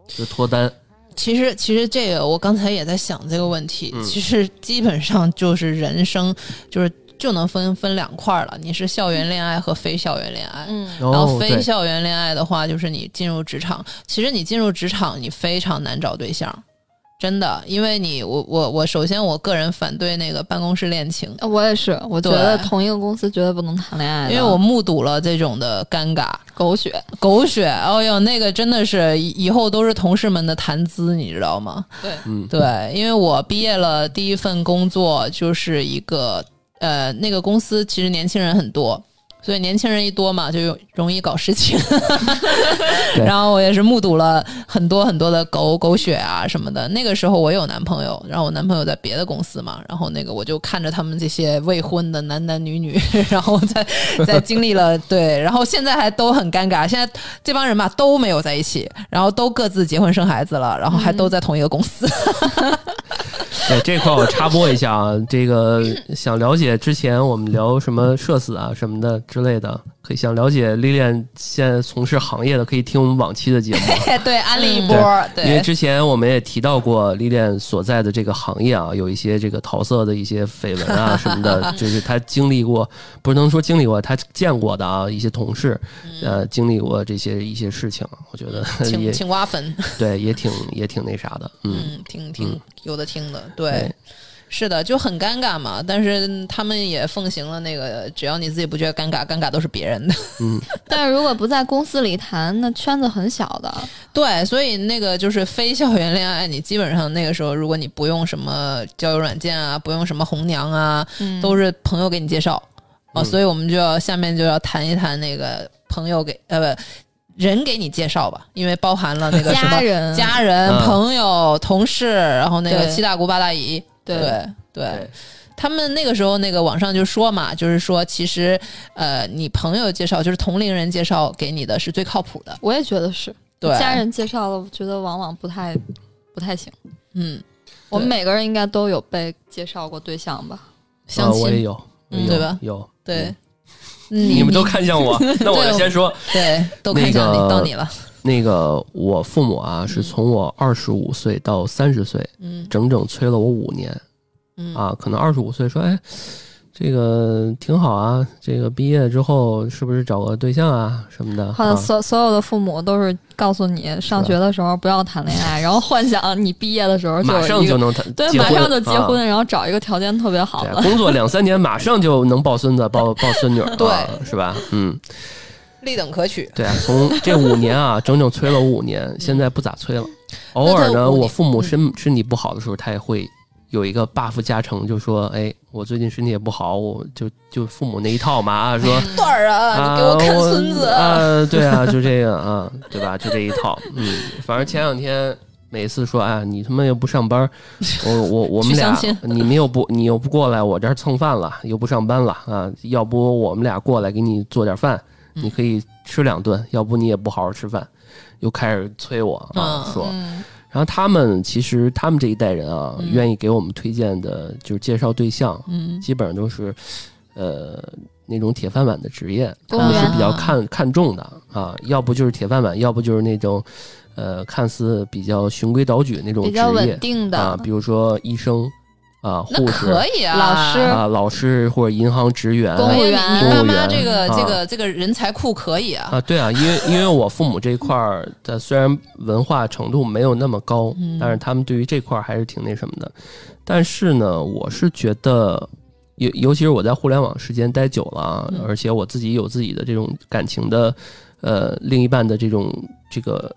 就脱单。
其实，其实这个我刚才也在想这个问题。
嗯
其实基本上就是人生，就是就能分分两块儿了。你是校园恋爱和非校园恋爱。
嗯，
然
然后
后对
非校园恋爱的话，就是你进入职场。其实你进入职场，你非常难找对象，真的，因为你我我我首先我个人反对那个办公室恋情，
我也是，我觉得
对
同一个公司绝对不能谈恋爱的，
因为我目睹了这种的尴尬。[LAUGHS]
狗血。
狗血，哎呦，那个真的是以以后都是同事们的谈资，你知道吗？
对
嗯
对，因为我毕业了，第一份工作就是一个呃，那个公司其实年轻人很多。所以年轻人一多嘛，就容易搞事情。
对
然后我也是目睹了很多很多的狗狗血啊什么的。那个时候我有男朋友，然后我男朋友在别的公司嘛，然后那个我就看着他们这些未婚的男男女女， [LAUGHS] 然后在在经历了对，然后现在还都很尴尬。现在这帮人嘛都没有在一起，然后都各自结婚生孩子了，然后还都在同一个公司。
对这块儿我插播一下啊，这个想了解之前我们聊什么社死啊什么的之类的，可以想了解历练现在从事行业的，可以听我们往期的节目。
[LAUGHS] 对，安利一波，对，
因为之前我们也提到过，历练所在的这个行业啊，有一些这个桃色的一些绯闻啊什么
[LAUGHS]
的，就是他经历过，不能说经历过，他见过的啊一些同事，
嗯
呃，经历过这些一些事情，我觉得
请
也
请挖坟，
对，也挺也挺那啥的，嗯，
嗯，挺挺
嗯
有的听的，对，是的，就很尴尬嘛。但是他们也奉行了那个，只要你自己不觉得尴尬，尴尬都是别人的。
嗯，
但是如果不在公司里谈，那圈子很小的。
对，所以那个就是非校园恋爱，你基本上那个时候，如果你不用什么交友软件啊，不用什么红娘啊，
嗯
都是朋友给你介绍啊、
嗯
所以我们就要下面就要谈一谈那个朋友给呃不人给你介绍吧，因为包含了那个什么
[LAUGHS] 家人，
家人、
嗯
朋友、同事，然后那个
对
七大姑八大姨，
对
对对，他们那个时候那个网上就说嘛，就是说其实呃，你朋友介绍就是同龄人介绍给你的是最靠谱的，
我也觉得是。
啊
对，
家，人介绍了，我觉得往往不太不太行。
嗯，
我们每个人应该都有被介绍过对象吧？
相
啊我也
亲，
有，我
嗯
有
对吧
有，
对，
嗯
嗯
你
你
[LAUGHS]
们都看向我，那我就先说
对，都看
那
向你，
个
到你了，
那个我父母啊，是从我二十五岁到三十岁，
嗯
整整催了我五年
嗯
啊。可能二十五岁说，哎，这个挺好啊，这个毕业之后是不是找个对象啊什么
嗯
的？
好像
啊
所所有的父母都是告诉你，上学的时候不要谈恋
[LAUGHS]
爱，然后幻想你毕业的时候
马
有
上
一
就
个
能谈，
对，
结
马
婚
上就结
啊
婚，然后找一个条件特别好
对，
的。
工作两三年，马上就能抱孙子、抱抱孙
[LAUGHS]
女儿，
对
啊是吧？嗯，
立等可取，
对啊，从这五年啊，整整催了我五年，现在不咋催了。偶尔
那这
呢，
五年嗯
我父母身身体不好的时候，他也会有一个 buff 加成，就说：“哎，我最近身体也不好，我就就父母那一套嘛啊，说
段儿啊，
啊，
你给我看孙子
我
[LAUGHS]
啊，对啊，就这个啊，对吧？就这一套，嗯，反正前两天。”每次说啊，你他妈又不上班，我我我们
去相
俩
亲，
你们又不你又不过来我这儿蹭饭了，又不上班了啊，要不我们俩过来给你做点饭，
嗯
你可以吃两顿，要不你也不好好吃饭，又开始催我啊、
嗯
说。
嗯，
然后他们其实他们这一代人啊，
嗯
愿意给我们推荐的，就是介绍对象，
嗯
基本上都是，呃，那种铁饭碗的职业，他
公
们是
务员
比较
啊
看看重的啊，要不就是铁饭碗，要不就是那种，呃，看似比较循规蹈矩那种
比
职
较稳
业
定
啊
的，，
比如说医生啊、
那
护士
可以啊，
老师
啊、老师或者银行职员，
公务
哎呀你
员
你爸
公务
妈
员
这个这
啊
个这个人才库可以啊，
啊，对啊，因为因为我父母这一块儿，的虽然文化程度没有那么高，
嗯
但是他们对于这块儿还是挺那什么的。但是呢，我是觉得，尤尤其是我在互联网时间待久了啊，
嗯
而且我自己有自己的这种感情的，呃，另一半的这种这个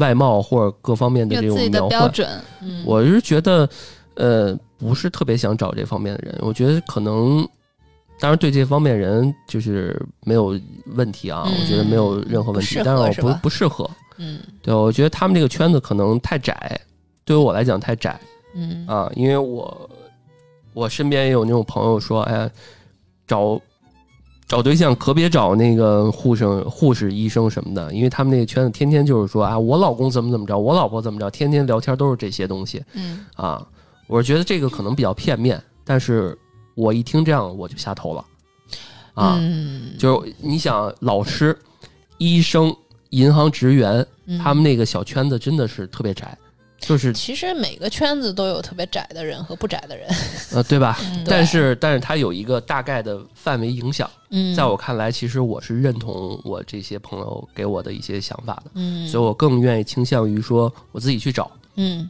外貌或者各方面的
有
这种
自己的
描
标
绘，
准。
嗯
我是觉得，呃，不是特别想找这方面的人，我觉得可能。当然，对这方面人就是没有问题啊，
嗯
我觉得没有任何问题
不适。合
但
是
是我
吧
不不适合，
嗯
对，我觉得他们这个圈子可能太窄，对于我来讲太窄
嗯
啊，因为我我身边也有那种朋友说，哎呀，找找对象可别找那个护士、护士、医生什么的，因为他们那个圈子天天就是说啊，我老公怎么怎么着，我老婆怎么着，天天聊天都是这些东西
嗯，
啊。我是觉得这个可能比较片面，但是我一听这样我就下头了啊，
嗯，
就是你想老师、医生、银行职员。
嗯
他们那个小圈子真的是特别窄，就是
其实每个圈子都有特别窄的人和不窄的
[LAUGHS]
人，
呃，
[LAUGHS]
对吧？
嗯
但是，但是它有一个大概的范围影响，
嗯，
在我看来，其实我是认同我这些朋友给我的一些想法的，
嗯，
所以我更愿意倾向于说我自己去找，
嗯，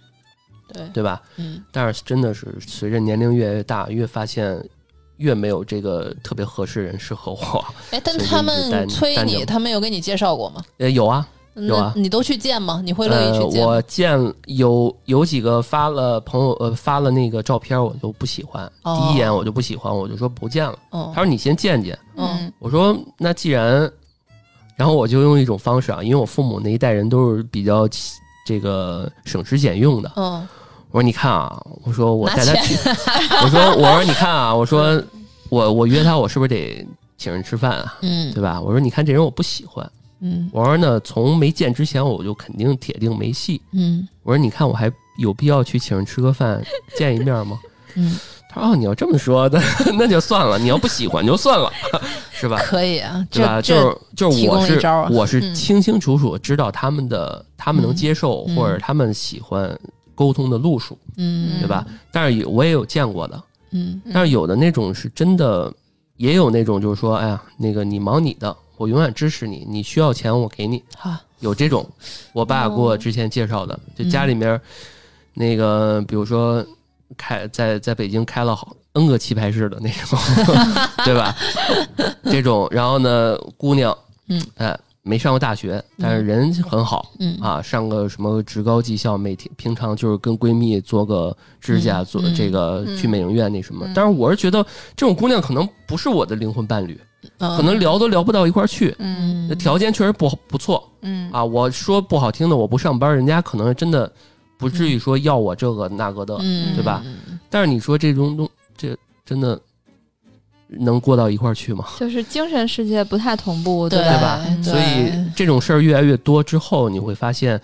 对，
对吧？
嗯
但是真的是随着年龄越来越大，越发现越没有这个特别合适人适合我。 [LAUGHS]
哎，但
所以就一直
他们
单
催
单
你，
着
他们有给你介绍过吗？
呃，有啊，有啊
那你都去见吗？你会乐意去见
呃、
吗？
我见有有几个发了朋友呃发了那个照片，我就不喜欢，
哦
第一眼我就不喜欢，我就说不见了。
嗯
他说你先见见，
嗯
嗯
我说那既然， [LAUGHS] 然后我就用一种方式啊，因为我父母那一代人都是比较这个省吃俭用的。
嗯，
我说你看啊，我说我
拿
带他
钱
去， [LAUGHS] 我说我说你看啊，我说我我约他，我是不是得请人吃饭啊？
嗯
对吧？我说你看这人我不喜欢，
嗯
我说呢，从没见之前我就肯定铁定没戏。
嗯
我说你看我还有必要去请人吃个饭见一面吗？
嗯，
他说哦，你要这么说，那 [LAUGHS] 那就算了，你要不喜欢就算了， [LAUGHS] 是吧？
可以啊，
对吧？
这
就
这
是就是
提
我
供一
是、
招啊
我是
嗯
清清楚楚知道他们的他们能
嗯
接受、
嗯
或者他们喜欢沟通的路数，
嗯
对吧？但是有我也有见过的，
嗯
但是有的那种是真的，也有那种就是说，哎呀，那个你忙你的，我永远支持你，你需要钱我给你，
好
有这种。我爸给我
哦
之前介绍的，就家里面儿那个，比如说开在在北京开了好 N 个棋牌室的那种， [LAUGHS] 对吧？这种，然后呢，姑娘，
嗯，
哎，没上过大学，但是人很好。
嗯
啊，上个什么职高技校，每天平常就是跟闺蜜做个指甲，
嗯
做
嗯
这个
嗯
去美容院那什么。
嗯
但是我是觉得这种姑娘可能不是我的灵魂伴侣，
嗯，
可能聊都聊不到一块儿去。
嗯
嗯
条件确实不不错
嗯
啊，我说不好听的，我不上班，人家可能真的不至于说要我这个那个的。
嗯
对吧？但是你说这种东这真的能过到一块儿去吗？ [LAUGHS]
就是精神世界不太同步，
对
吧？
吧
对
所以这种事儿越来越多之后，你会发现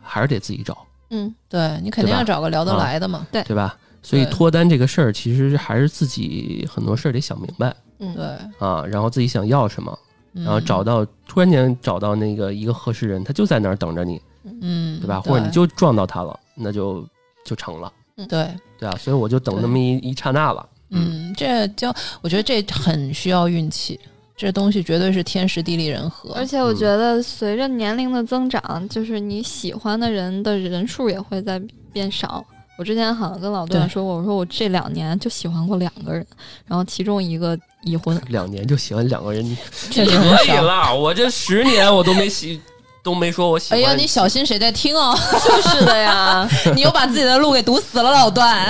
还是得自己找。
嗯
对你肯定
对吧
要找个聊得
啊
来的嘛，
对吧？所以
对
脱单这个事儿，其实还是自己很多事儿得想明白
嗯，
对，嗯
啊，然后自己想要什么，
然
然后找到突然间找到那个一个合适人，他就在那儿等着你，
嗯，
对吧？或者你就撞到他了，那就就成了，
对。
对啊，所以我就等
对
那么一一刹那了，
嗯，这交我觉得这很需要运气，这东西绝对是天时地利人和。
而且我觉得随着年龄的增长，就是你喜欢的人的人数也会在变少。我之前好像跟老段
对
说过，我说我这两年就喜欢过两个人，然后其中一个已婚。
两年就喜欢两个人，你
确实很
可以
少。
了，我这十年我都没喜。都没说我喜
哎
欢，
呀，你小心谁在听哦！
[LAUGHS]
[LAUGHS]
就是的呀，
你又把自己的路给堵死了，老段，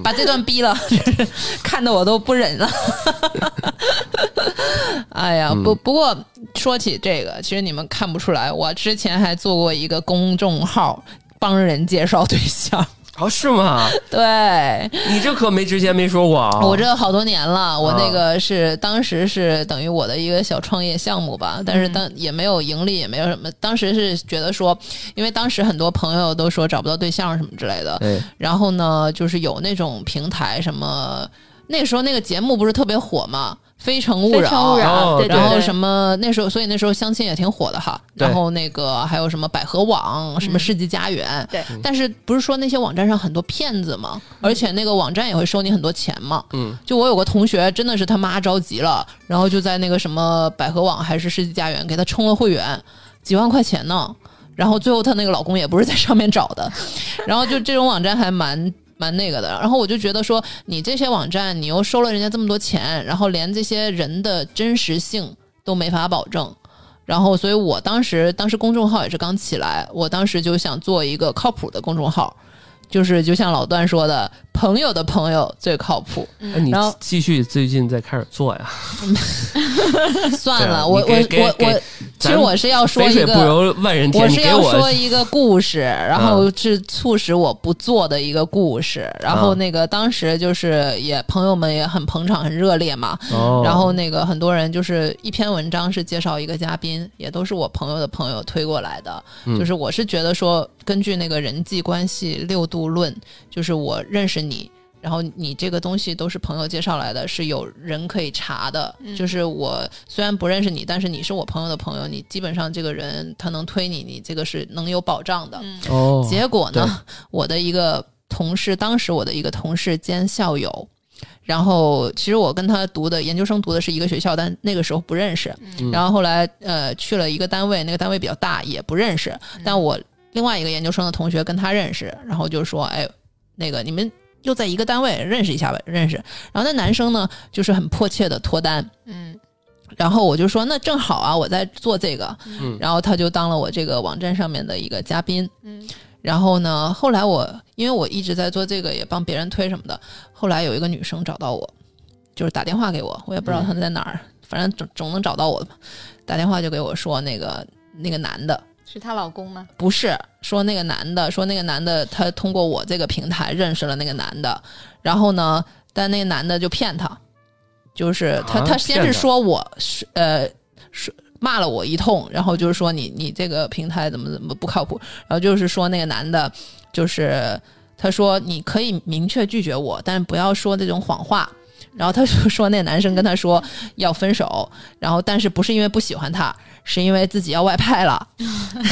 [LAUGHS] 把这段逼了，看得我都不忍了。 [LAUGHS] 哎
嗯
呀，不不过说起这个，其实你们看不出来，我之前还做过一个公众号，帮人介绍对象。
哦是吗？
对，
你这可没之前没说过啊！
我这好多年了，我
啊
那个是当时是等于我的一个小创业项目吧，但是
嗯
当也没有盈利，也没有什么。当时是觉得说，因为当时很多朋友都说找不到对象什么之类的，
哎，
然后呢，就是有那种平台什么，那个时候那个节目不是特别火嘛，《非诚勿
[LAUGHS] 非
扰》
诚勿扰，
哦对
对对
然后
对
什么那时候，所以那时候相亲也挺火的哈。
对嗯
然后那个还有什么百合网、什么世纪佳缘，
对
但是不是说那些网站上很多骗子嘛？而且那个网站也会收你很多钱嘛。
嗯，
就我有个同学真的是他妈着急了，然后就在那个什么百合网还是世纪佳缘给他充了会员，几万块钱呢。然后最后她那个老公也不是在上面找的， [LAUGHS] 然后就这种网站还蛮。蛮那个的，然后我就觉得说，你这些网站，你又收了人家这么多钱，然后连这些人的真实性都没法保证，然后所以我当时当时公众号也是刚起来，我当时就想做一个靠谱的公众号，就是就像老段说的，朋友的朋友最靠谱。
哎，
嗯
你
然后
继续最近再开始做呀？
[LAUGHS] 算
对啊
了，
你
我
给
我
给
我
给
我，其实
咱
我是要说
肥
一
水不
个，
流外人田，
我
你
是
给
要说
我嗯
一个故事，然后是促使我不做的一个故事。然
嗯
后那个当时就是也朋友们也很捧场，很热烈嘛。
哦，
然后那个很多人就是一篇文章是介绍一个嘉宾，也都是我朋友的朋友推过来的。
嗯
就是我是觉得说，根据那个人际关系六度论，就是我认识你，然后你这个东西都是朋友介绍来的，是有人可以查的。
嗯
就是我虽然不认识你，但是你是我朋友的朋友，你基本上这个人他能推你，你这个是能有保障的。
嗯
哦，
结果
对
呢，我的一个同事，当时我的一个同事兼校友，然后其实我跟他读的研究生读的是一个学校，但那个时候不认识。
嗯
然后后来呃去了一个单位，那个单位比较大，也不认识。
嗯
但我另外一个研究生的同学跟他认识，然后就说：“哎，那个你们又在一个单位，认识一下吧，认识。”然后那男生呢，就是很迫切的脱单。
嗯
然后我就说：“那正好啊，我在做这个。”
嗯
然后他就当了我这个网站上面的一个嘉宾。
嗯
然后呢，后来我因为我一直在做这个，也帮别人推什么的。后来有一个女生找到我，就是打电话给我，我也不知道她在哪儿，反正总总能找到我的吧。打电话就给我说那个那个男的
是她老公吗？
不是说那个男的说那个男的他通过我这个平台认识了那个男的，然后呢，但那个男的就骗她，就是他、
啊
他先
骗
是
她
说我是呃是骂了我一通，然后就是说你你这个平台怎么怎么不靠谱，然后就是说那个男的，就是他说你可以明确拒绝我，但不要说这种谎话。然后他就说那男生跟他说 [LAUGHS] 要分手，然后但是不是因为不喜欢他，是因为自己要外派了， [LAUGHS]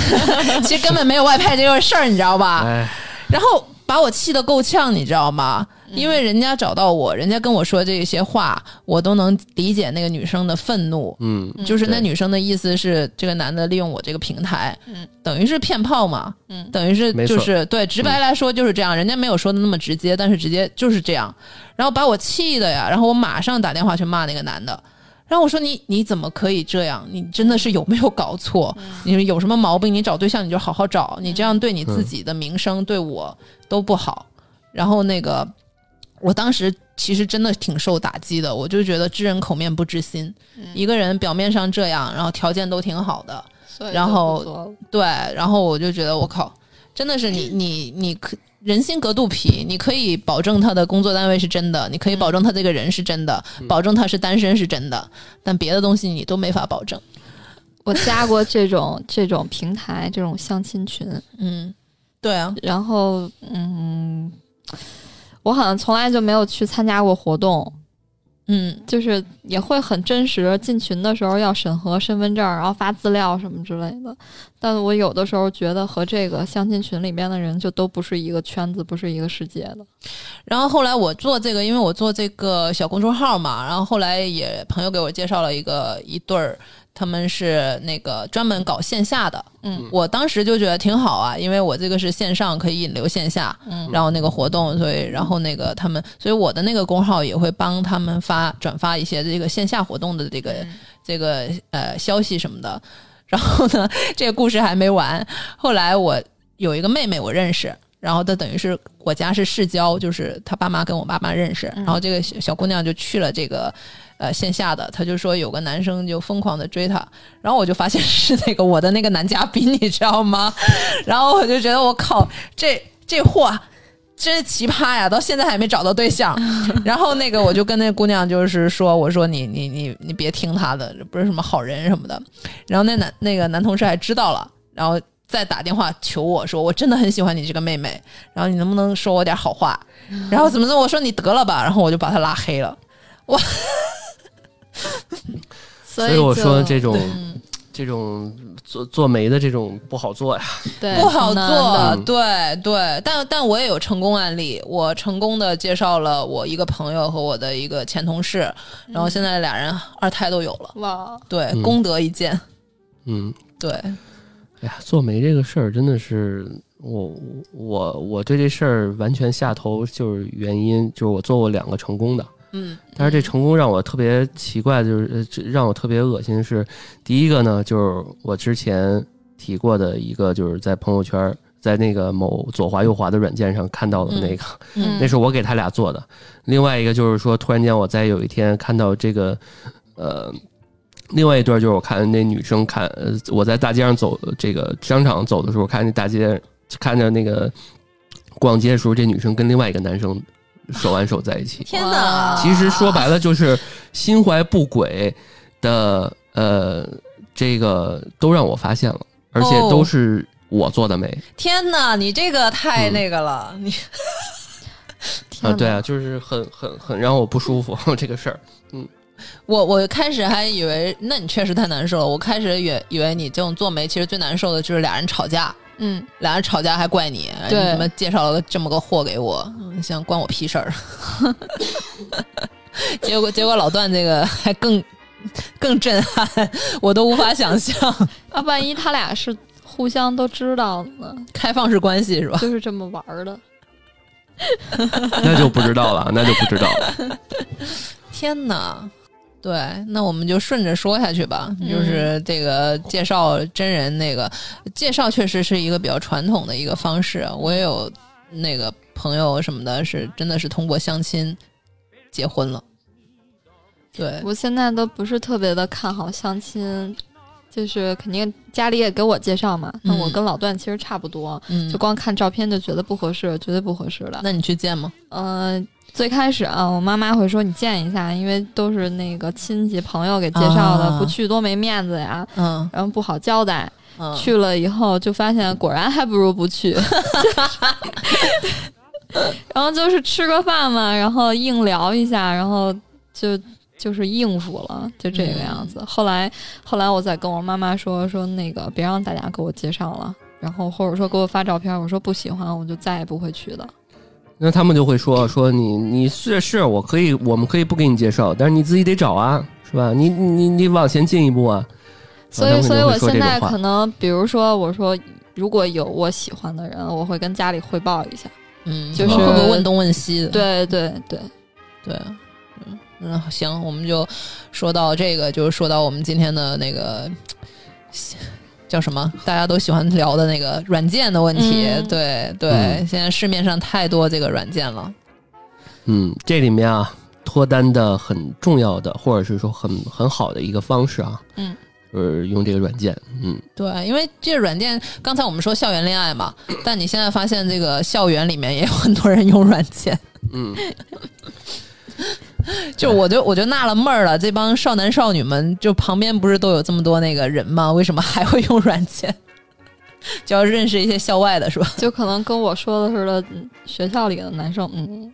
其实根本没有外派这个事儿，你知道吧？
哎，
然后把我气得够呛，你知道吗？因为人家找到我，人家跟我说这些话，我都能理解那个女生的愤怒。
嗯，
就是那
对
女生的意思是，这个男的利用我这个平台，
嗯
等于是骗炮嘛，
嗯
等于是
没错嗯
就是对直白来说就是这样，人家没有说的那么直接，但是直接就是这样，然后把我气的呀，然后我马上打电话去骂那个男的。然后我说你你怎么可以这样？你真的是有没有搞错？你有什么毛病？你找对象你就好好找，你这样对你自己的名声、对我都不好。然后那个，我当时其实真的挺受打击的，我就觉得知人口面不知心，一个人表面上这样，然后条件都挺好的，
所以
然
就
后
不做了
对，然后我就觉得我靠，真的是你你你可人心隔肚皮，你可以保证他的工作单位是真的，你可以保证他这个人是真的，保证他是单身是真的，但别的东西你都没法保证。
我加过这种这种平台这种相亲群，
嗯，对啊，
然后嗯，我好像从来就没有去参加过活动，
嗯
就是也会很真实。进群的时候要审核身份证，然后发资料什么之类的。但我有的时候觉得和这个相亲群里边的人就都不是一个圈子，不是一个世界的。
然后后来我做这个，因为我做这个小公众号嘛，然后后来也朋友给我介绍了一个一对儿，他们是那个专门搞线下的，
嗯
我当时就觉得挺好啊，因为我这个是线上可以引流线下，
嗯
然后那个活动，所以然后那个他们，所以我的那个公号也会帮他们发转发一些这个线下活动的这个、这个呃消息什么的。然后呢，这个故事还没完，后来我有一个妹妹我认识。然后她等于是我家是世交，就是她爸妈跟我爸妈认识，然后这个小小姑娘就去了这个呃线下的，她就说有个男生就疯狂的追她，然后我就发现是那个我的那个男嘉宾，你知道吗？ [LAUGHS] 然后我就觉得我靠，这这货真是奇葩呀，到现在还没找到对象。然后那个我就跟那姑娘就是说，我说你你你你别听他的，这不是什么好人什么的。然后那男那个男同事还知道了，然后再打电话求我说，我真的很喜欢你这个妹妹，然后你能不能说我点好话？然后怎么着？我说你得了吧，然后我就把他拉黑了。
所
所以我
就
说这种
嗯
这种做做媒的这种不好做呀，
对
不好
挺难的
做
嗯，
对对，但但我也有成功案例，我成功的介绍了我一个朋友和我的一个前同事，然后现在俩人二胎都有了，
哇，
对，
嗯
功德一件，
嗯，
对，
哎呀，做媒这个事儿真的是我我我对这事儿完全下头，就是原因就是我做过两个成功的，
嗯
但是这成功让我特别奇怪，就是呃这让我特别恶心的是，第一个呢，就是我之前提过的一个，就是在朋友圈在那个某左滑右滑的软件上看到的那个，
嗯
那是我给他俩做的。另外一个就是说，突然间我在有一天看到这个，呃，另外一段就是我看那女生看，呃，我在大街上走，这个商场走的时候，看那大街看着那个逛街的时候，这女生跟另外一个男生手挽手在一起。
天哪！
其实说白了就是心怀不轨的，呃，这个都让我发现了，而且都是我做的媒
天哪，你这个太那个了，
嗯
你
啊、
天
对
哪
啊，就是很很很让我不舒服 [LAUGHS] 这个事儿。
我我开始还以为，那你确实太难受了。我开始也以为你这种做媒，其实最难受的就是俩人吵架，
嗯，
俩人吵架还怪你，哎
对
你怎么介绍了这么个货给我？嗯想关我屁事儿。 [LAUGHS] 结果结果老段这个还更更震撼，我都无法想象，
啊，万一他俩是互相都知道呢，
开放式关系是吧？
就是这么玩儿的。
那就不知道了，那就不知道了。
天哪！对，那我们就顺着说下去吧。
嗯
就是这个介绍真人那个介绍，确实是一个比较传统的一个方式。我也有那个朋友什么的，是真的是通过相亲结婚了。对，
我现在都不是特别的看好相亲，就是肯定家里也给我介绍嘛。那我
嗯
跟老段其实差不多，
嗯
就，光看照片就觉得不合适，绝对不合适的。
那你去见吗？
呃，最开始啊，我妈妈会说你见一下，因为都是那个亲戚朋友给介绍的，
啊
不去多没面子呀，
嗯，
然后不好交代。
嗯
去了以后就发现，果然还不如不去。 [LAUGHS] 然后就是吃个饭嘛，然后硬聊一下，然后就就是应付了，就这个样
嗯
子。后来后来我再跟我妈妈说说那个别让大家给我介绍了，然后或者说给我发照片，我说不喜欢，我就再也不会去
啊
的。
那他们就会说说你你是是我可以我们可以不给你介绍，但是你自己得找啊，是吧？你你你往前进一步啊。
所
然
以，
后
所以
他
我
们就会
现
说这
在
种话
可能，比如说，我说如果有我喜欢的人，我会跟家里汇报一下。
嗯，
就是
会不会问东问
嗯
西的？
对对对，
对，嗯嗯，行，我们就说到这个，就是说到我们今天的那个叫什么，大家都喜欢聊的那个软件的问题。
嗯
对对、
嗯
现在市面上太多这个软件了。
嗯，这里面啊，脱单的很重要的，或者是说很很好的一个方式啊，
嗯，
就是用这个软件，嗯，
对，因为这软件，刚才我们说校园恋爱嘛，但你现在发现这个校园里面也有很多人用软件，
嗯，
就我就我就纳了闷儿了，这帮少男少女们，就旁边不是都有这么多那个人吗？为什么还会用软件？ [LAUGHS] 就要认识一些校外的是吧？
[LAUGHS] 就可能跟我说的似的，嗯学校里的男生，嗯，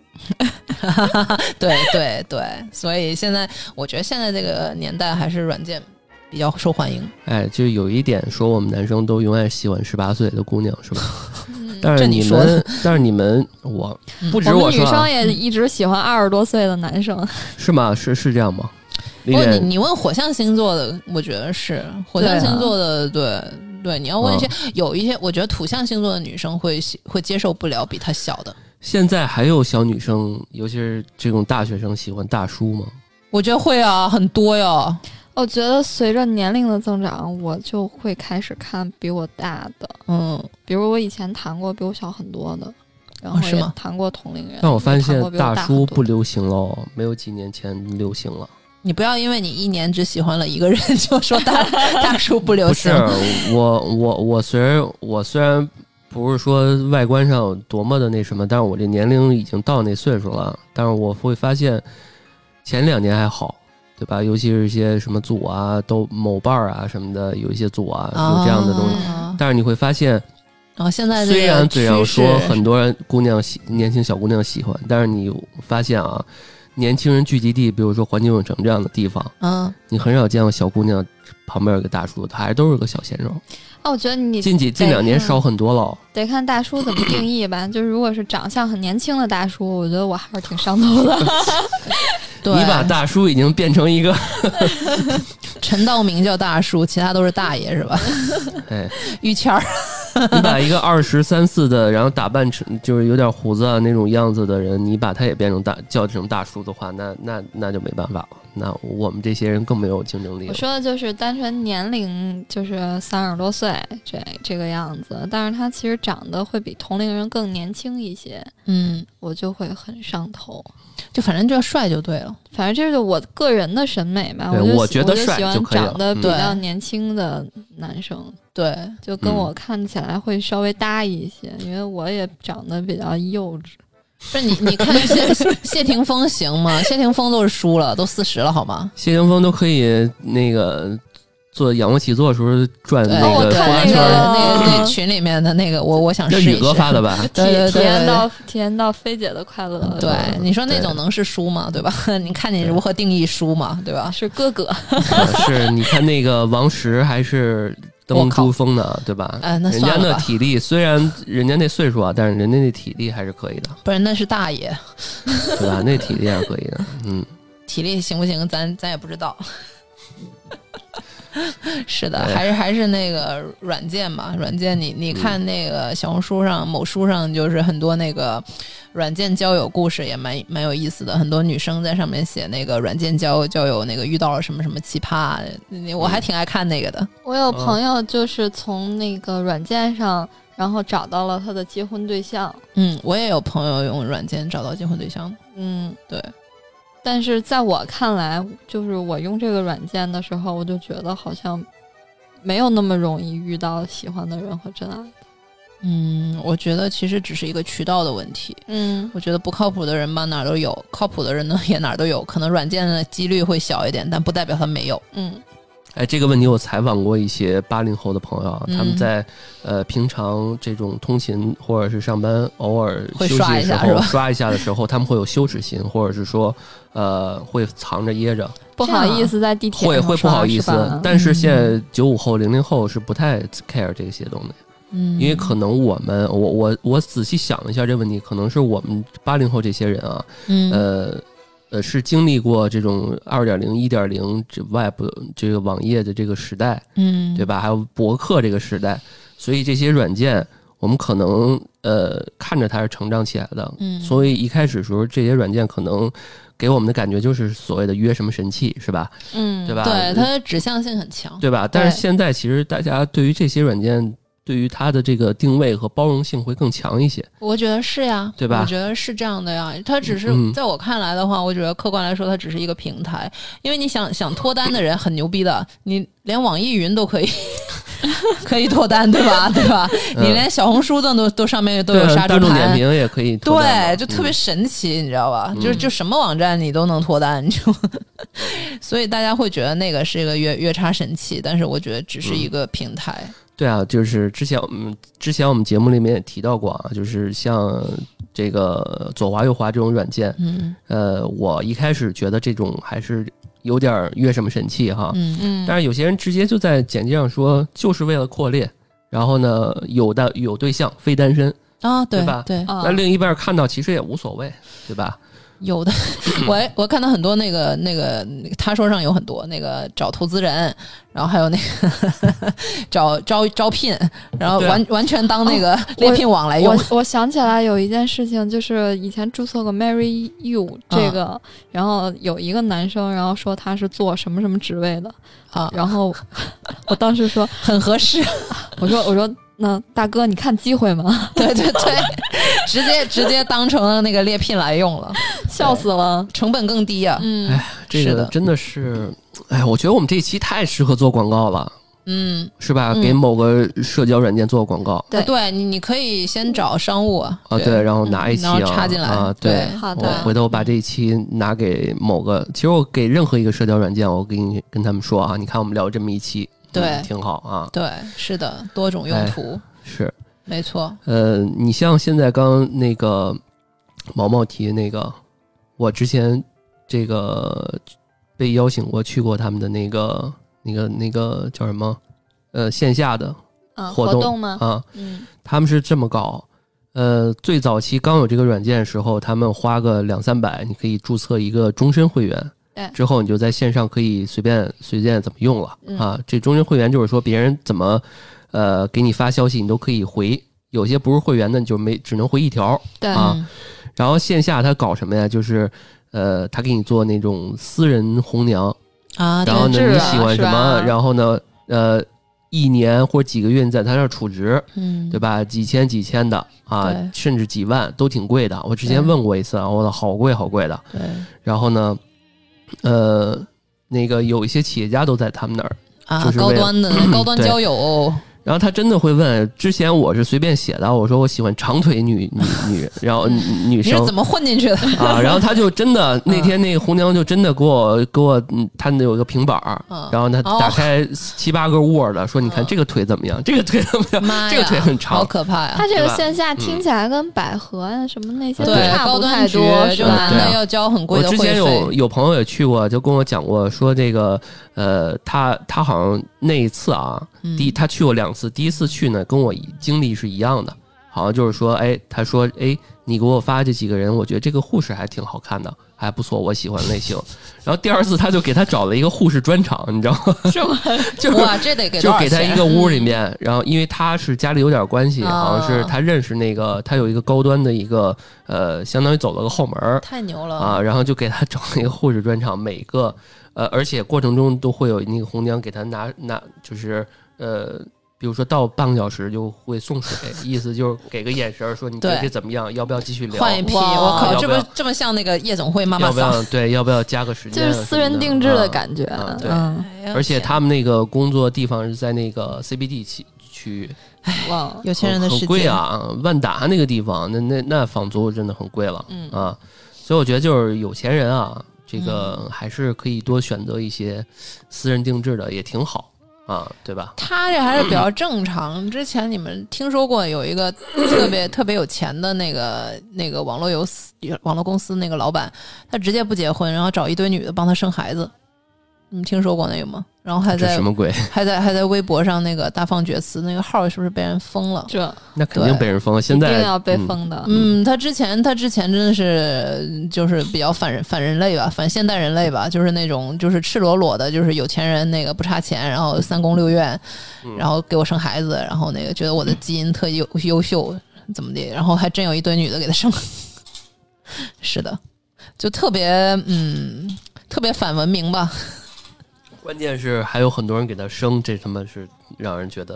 [LAUGHS] 对对对，所以现在我觉得现在这个年代还是软件比较受欢迎。
哎，就有一点说我们男生都永远喜欢十八岁的姑娘，是吧？
嗯
但
这
是
你说
们，但是你们，我不止
我们
说、
女
啊
生，也一直喜欢二十多岁的男生。
是吗？是是这样吗？李
不，你
典，
你问火象星座的，我觉得是火象星座的，对、啊对，你要问一些、
嗯
有一些，我觉得土象星座的女生会喜会接受不了比她小的。
现在还有小女生，尤其是这种大学生喜欢大叔吗？
呃
我觉得会啊，很多哟。
我觉得随着年龄的增长，我就会开始看比我大的，
嗯，
比如我以前谈过比我小很多的，然
啊
后
是
也
吗
谈过同龄人。
但我发
也谈
现
过比我
大
大
叔
很
不
多的
流行了，哦没有几年前流行了。
你不要因为你一年只喜欢了一个人 [LAUGHS] 就说大大叔不流
不是啊
行。
我，我我虽然我虽然不是说外观上有多么的那什么，但是我这年龄已经到那岁数了，但是我会发现前两年还好，对吧？尤其是一些什么组啊、都某伴儿啊什么的，有一些组啊有这样的东西。
啊
但是你会发现，
然后现在这个
虽然嘴上
趋
说
势
很多人姑娘喜年轻小姑娘喜欢，但是你发现啊，年轻人聚集地，比如说环球影城这样的地方，
嗯，
你很少见过小姑娘旁边有个大叔，他还都是个小鲜肉。
哦，我觉得你
近几近两
嗯
年少很多了。
得看大叔怎么定义吧。 [COUGHS] 就是如果是长相很年轻的大叔，我觉得我还是挺上头的。
对，
你把大叔已经变
[LAUGHS]
成一个， [LAUGHS]
陈道明叫大叔，其他都是大爷是吧？
哎，
于谦儿，
你把一个二十三四的，然后打扮成就是有点胡子啊那种样子的人，你把他也变成大叫成大叔的话，那那那就没办法了。那我们这些人更没有竞争力
我
了。
说的就是单纯年龄，就是三十多岁这这个样子，但是他其实长得会比同龄人更年轻一些，
嗯，
我就会很上头。
就反正就要帅就对了。
反正这是我个人的审美吧，
对
我就
我
喜
觉得帅
喜
就
欢
可以了
长得比
嗯
较年轻的男生，
对，
就跟
嗯
我看起来会稍微搭一些，因为我也长得比较幼稚。
不是你，你
[LAUGHS]
看谢谢霆锋行吗？谢霆锋都是输了，都四十了，好吗？
谢霆锋都可以那个做仰卧起坐的时候转
对，
那
哦
个呼
我看
啦
那
圈
个
儿，
那个那群里面的那个，我我想
那
试
宇
一
哥发
试。
的吧？
体
对对
体
对
验到体验到菲姐的快乐，
对，你说那
对
种能是输吗？对吧？ [LAUGHS] 你看你如何定义输嘛，对吧？
是哥哥，
[LAUGHS]
是，你看那个王石还是登珠峰呢，对吧？
哎那
人
算
家
了吧
那体力虽然人家那岁数啊，但是人家那体力还是可以的，
不是，那是大爷，
对
[LAUGHS]
吧？那体力还是可以的，嗯。
体力行不行，咱咱也不知道。是的，
哎
还是还是那个软件吧，软件你你看那个小红书上、某书上，就是很多那个软件交友故事也蛮蛮有意思的，很多女生在上面写那个软件交交友那个遇到了什么什么奇葩，你我还挺爱看那个的。
我有朋友就是从那个软件上，然后找到了他的结婚对象，
嗯，我也有朋友用软件找到结婚对象，
嗯，
对。
但是在我看来，就是我用这个软件的时候，我就觉得好像没有那么容易遇到喜欢的人和真爱。
嗯，我觉得其实只是一个渠道的问题，
嗯，
我觉得不靠谱的人吧哪儿都有，靠谱的人呢也哪儿都有，可能软件的几率会小一点，但不代表他没有。
嗯，
哎，这个问题我采访过一些八零后的朋友啊，
嗯
他们在呃平常这种通勤或者是上班偶尔休
会
息
刷
的
一
时
下
候
是吧
刷一下的时候，他们会有羞耻心，或者是说呃会藏着掖着，
不
这样
好
啊
意思在地铁
会
上
会不
刷
好意
是吧
嗯
思。但是现在九五后、零零后是不太 care 这些东西，
嗯
因为可能我们我我我仔细想了一下这问题，可能是我们八零后这些人啊，
嗯
呃呃，是经历过这种二点零、一点零这 Web 这个网页的这个时代，
嗯
对吧？还有博客这个时代，所以这些软件我们可能呃看着它是成长起来的，
嗯
所以一开始时候这些软件可能给我们的感觉就是所谓的约什么神器，是吧？
嗯，
对吧？
对它的指向性很强。
对吧？但是
对
现在其实大家对于这些软件。对于它的这个定位和包容性会更强一些，
我觉得是呀，
对吧
我觉得是这样的呀。它只是、
嗯
在我看来的话，我觉得客观来说，它只是一个平台。因为你想想脱单的人很牛逼的，你连网易云都可以 [LAUGHS] 可以脱单，对吧？对吧？
嗯
你连小红书都都都上面都
对啊
有杀
大
猪
众点
盘。
评也可以脱单嘛，
对，就特别
嗯
神奇，你知道吧？
嗯
就就什么网站你都能脱单，你就， [LAUGHS] 所以大家会觉得那个是一个约约叉神器，但是我觉得只是
嗯
一个平台。
对啊，就是之前嗯，之前我们节目里面也提到过啊，就是像这个左滑右滑这种软件，
嗯
呃，我一开始觉得这种还是有点儿越什么神器哈，
嗯
嗯，
但是有些人直接就在简介上说就是为了扩列，然后呢有的有对象非单身，
啊，对
对吧
对，
啊
那另一半看到其实也无所谓，对吧？
有的， [COUGHS] 我还我看到很多那个那个，那个他说上有很多那个找投资人，然后还有那个 [LAUGHS] 找招招聘，然后
对啊哦
完、完全当那个 [LAUGHS] 猎聘网
哎
来用
我。我想起来有一件事情，就是以前注册过 Marry You
啊
这个，然后有一个男生，然后说他是做什么什么职位的，
啊，
然后我当时说，
很合适，啊
我说我说那大哥，你看机会吗？
[LAUGHS]
[LAUGHS]
对对对，直接直接当成那个猎聘来用了，
笑死了，
成本更低啊。
嗯，
这
是
个
的
真的是，哎，我觉得我们这一期太适合做广告了，
嗯，
是吧？
嗯
给某个社交软件做广告。
对
啊对你你可以先找商务啊，
啊，对，然后拿一期
然后
啊，
插进来
啊，
对
好
我
的，
回头我把这一期拿给某个，其实我给任何一个社交软件，我给你跟他们说啊，你看我们聊这么一期，
对
嗯挺好啊，
对，是的，多种用
哎
途，
是，
没错。
呃，你像现在刚那个毛毛提那个，我之前这个被邀请过去过他们的那个那个那个叫什么，呃，线下的
啊，
活
活
动
吗？
啊，
嗯
他们是这么搞。呃，最早期刚有这个软件的时候，他们花个两三百，你可以注册一个终身会员
对。
之后你就在线上可以随便随便怎么用了、
嗯
啊！这终身会员就是说别人怎么，呃给你发消息，你都可以回。有些不是会员的，你就没只能回一条。
嗯
对，
啊然后线下他搞什么呀？就是呃，他给你做那种私人红娘，
啊，
然
对
后呢
定制
你
啊
喜欢
是
什么
吧，
然后呢呃一年或者几个月你在他那儿储值，
嗯，
对吧？几千几千的啊
对，
甚至几万都挺贵的。我之前
对
问过一次啊，我操，好贵好贵的。
对
然后呢，呃，那个有一些企业家都在他们那儿，
啊
就，是为
高
了
端
嗯
的高端
对
交友哦，
然后他真的会问。之前我是随便写的，我说我喜欢长腿女女女，然
[LAUGHS]
后女女
你是
生
怎么嗯混进
[LAUGHS]
去的？
啊，然后他就真的那天那个红娘就真的给我给我，嗯，他那有一个平板儿
嗯，
然后他
哦
打开七八个 Word，说你看
嗯
这个腿怎么样，这个腿怎么样，
妈呀，
这个腿很
好
长，
可怕啊呀！
它这
对
个
吧
线下听起来跟百合啊什么那些都
对，
差
嗯高
不
端
太
局
多，是
就
吧
男？的
对
要交很贵
我
的
之
会
前有
费，
有朋友也去过，就跟我讲过，说这个呃，他他好像那一次啊，
嗯
第他去过两次，第一次去呢跟我一经历是一样的，好像就是说，哎，他说，哎，你给我发这几个人，我觉得这个护士还挺好看的，还不错，我喜欢
[LAUGHS]
类型。然后第二次他就给他找了一个护士专场，你知道吗？
[LAUGHS] 是吗？
[LAUGHS] 就是
哇，这得给
就
多少
给他
钱啊
一
[LAUGHS]
个屋里面，然后因为他是家里有点关系，
啊
好像是他认识那个他有一个高端的一个呃，相当于走了个后门儿。
太牛了
啊，！然后就给他整了一个护士专场，每个呃，而且过程中都会有那个红娘给他拿拿，就是呃，比如说到半个小时就会送水，意思就是给个眼神儿说你觉得
对
这怎么样，要不要继续聊？
换一批，
哇
我靠，
要
这
不要
不这么像那个夜总会妈妈
要不
桑？
要对？要不要加个时
就
间啊
是
什么的？
私人定制的
嗯
感觉。
啊对
嗯，
哎呀
而且他们那个工作地方是在那个 CBD 区区域，
哇，
有钱人的世
很
界
贵！啊！万达那个地方，那那那房租真的很贵了，
嗯
啊，所以我觉得就是有钱人啊，这
嗯
个还是可以多选择一些私人定制的，也挺好啊，对吧？
他这还是比较正常。之前你们听说过有一个特
[COUGHS]
别特别有钱的那个那个网络游戏网络公司那个老板，他直接不结婚，然后找一堆女的帮他生孩子。你们听说过那个吗？然后还
这
在
什么
[LAUGHS]
鬼？
还在还在微博上那个大放厥词，那个号是不是被人封了？
这
那肯定被人封了。现
一
在
定要被
嗯
封的。
嗯，他之前他之前真的是就是比较反人反人类吧，反现代人类吧，就是那种就是赤裸裸的，就是有钱人那个不差钱，然后三宫六院，然后给我生孩子，然后那个觉得我的基因特优优秀怎么的，然后还真有一堆女的给他生， [LAUGHS] 是的，就特别嗯特别反文明吧，
嗯关键是还有很多人给他生，这他妈是让人觉得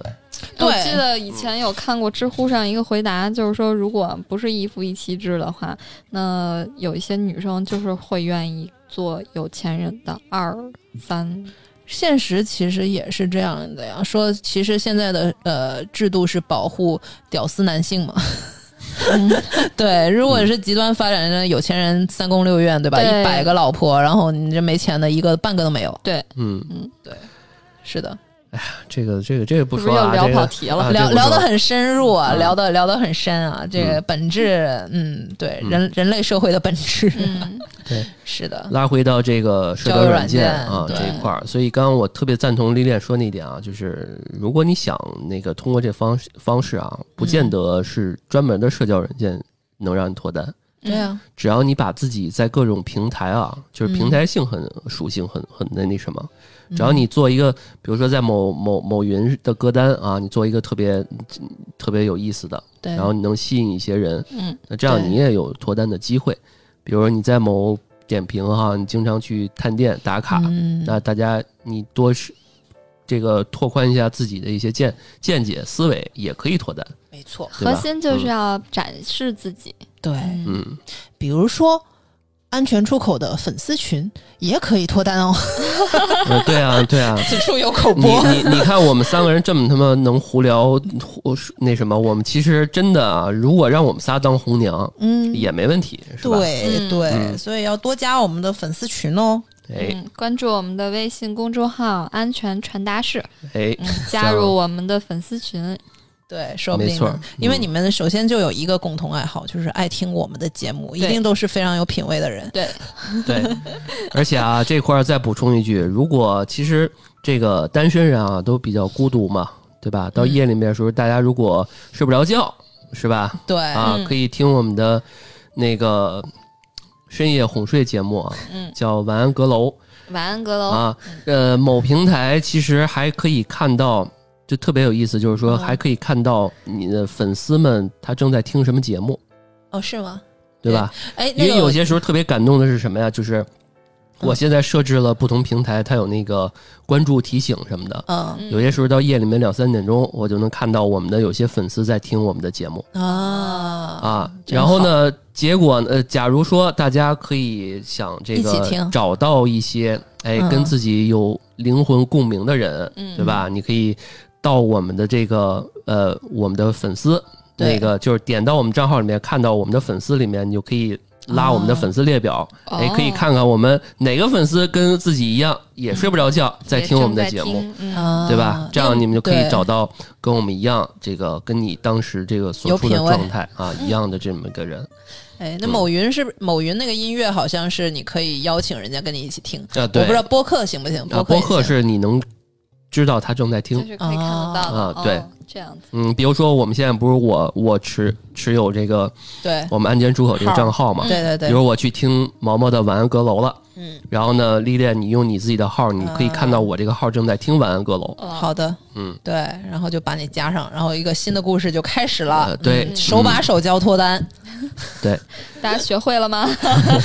我
对
记得以前有看过知乎上一个回答，就是说，如果不是一夫一妻制的话，那有一些女生就是会愿意做有钱人的二
[LAUGHS]
三。
现实其实也是这样的呀，说其实现在的呃制度是保护屌丝男性嘛。
嗯
对，如果是极端发展的有钱人三宫六院，对吧？
对
一百个老婆，然后你这没钱的一个半个都没有。
对，
嗯，
是的，
这个这个这个不
是不
说
是又
啊，
聊
这
跑
个
题了？
啊
聊
这不
聊
说
得很深入啊，
嗯
聊得聊得很深啊。这个本质，嗯，对，
嗯
人人类社会的本质，
[LAUGHS]
嗯，
[LAUGHS] 是的，
拉回到这个社交软件啊
交友软
这
件
一块儿，所以刚刚我特别赞同李恋说那一点啊，就是如果你想那个通过这方式方式啊，
嗯
不见得是专门的社交软件能让你脱单，
嗯对啊呀，
只要你把自己在各种平台啊，就是平
嗯
台性很属性很很那那什么，只
嗯
嗯要你做一个，比如说在某某某云的歌单啊，你做一个特别特别有意思的，
对，
然后你能吸引一些人，
嗯，
那这样
对
你也有脱单的机会。比如说你在某点评哈，你经常去探店打卡，
嗯，
那大家你多是这个拓宽一下自己的一些见见解、思维，也可以脱单，
没错，
对吧
核心就是要展示自己。
对，
嗯， [LAUGHS]
比如说安全出口的粉丝群也可以脱单哦。
嗯对啊，对啊。
[LAUGHS] 此处有口
[LAUGHS] 你你你看，我们三个人这么他妈能胡聊，胡那什么，我们其实真的啊，如果让我们仨当红娘
嗯，
也没问题，是吧？
对
嗯
对，
嗯
所以要多加我们的粉丝群哦。
哎
嗯，关注我们的微信公众号“安全传
[LAUGHS]
达室
哎”，，
嗯，加入我们的粉丝群。
对，说不定
没错
呢
嗯
因为你们首先就有一个共同爱好，就是爱听我们的节目，一
对
定都是非常有品味的人。
[LAUGHS]
对，
对，而且啊，这块儿再补充一句，如果其实这个单身人啊都比较孤独嘛，对吧？
嗯
到夜里面的时候，大家如果睡不着觉，是吧？
对，
啊，
嗯
可以听我们的那个深夜哄睡节目啊，
嗯
叫《晚安阁楼
哦
啊
晚安，阁》楼。
啊。呃，某平台其实还可以看到。就特别有意思，就是说
嗯
还可以看到你的粉丝们他正在听什么节目，
哦，是吗？
对吧？
哎，
因
那
为
个
有些时候特别感动的是什么呀？就是我现在设置了不同平台，它有那个关注提醒什么的。
嗯
有些时候到夜里面两三点钟，我就能看到我们的有些粉丝在听我们的节目
啊
啊。
真
然后呢，结果呢呃，假如说大家可以想这
一起
个
听
找到一些哎
嗯
跟自己有灵魂共鸣的人，
嗯
对吧？你可以到我们的这个呃我们的粉丝
对
那个就是点到我们账号里面，看到我们的粉丝里面，你就可以。拉我们的
哦
粉丝列表，
哦
哎、可以看看我们哪个粉丝跟自己一样也睡不着觉，
嗯
在听我们的节目。，
嗯
啊，
对吧？这样你们就可以
对
找到跟我们一样，这个跟你当时这个所
有
处的
品味
状态啊一样的这么一个人
哎，那某云是某云那个音乐，好像是你可以邀请人家跟你一起听。
啊。
嗯我
对，
不知道播客行不行，
啊，
客
播
也
客
行
是你能知道他正在听。
就是可以看得到的
啊
哦
对，
这样子
嗯，比如说我们现在不是我我持持有这个
对
我们安监出口这个账号嘛？
嗯对对
比
对，
如我去听毛毛的晚安阁楼了，
嗯，
然后呢，历练你用你自己的号，你可以看到我这个号正在听晚安阁楼。
哦
好的，
嗯，
对，然后就把你加上，然后一个新的故事就开始了
呃，，对，嗯
啊手把手教脱单，
对，
大家学会了吗？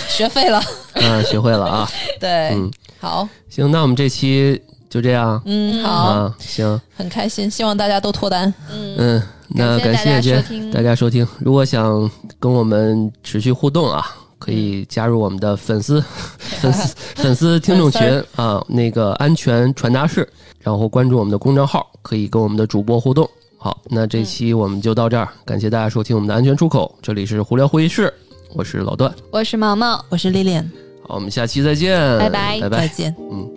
学废了，
[LAUGHS] 嗯，学会了
[LAUGHS]
啊。
对
嗯，
好，
行，那我们这期就这样
嗯，好，
啊。行，
很开心，希望大家都脱单，
嗯，那感谢
感
这
谢大家收听
大家收听。如果想跟我们持续互动啊，可以加入我们的粉丝粉丝粉丝听众群
粉
啊，那个安全传达室，然后关注我们的公众号，可以跟我们的主播互动。好，那这期我们就到这儿，感谢大家收听我们的安全出口，这里是胡聊会议室，我是老段，
我是毛毛。
我是丽丽，
好，我们下期再见，
拜拜
拜
再
拜，
见。
嗯。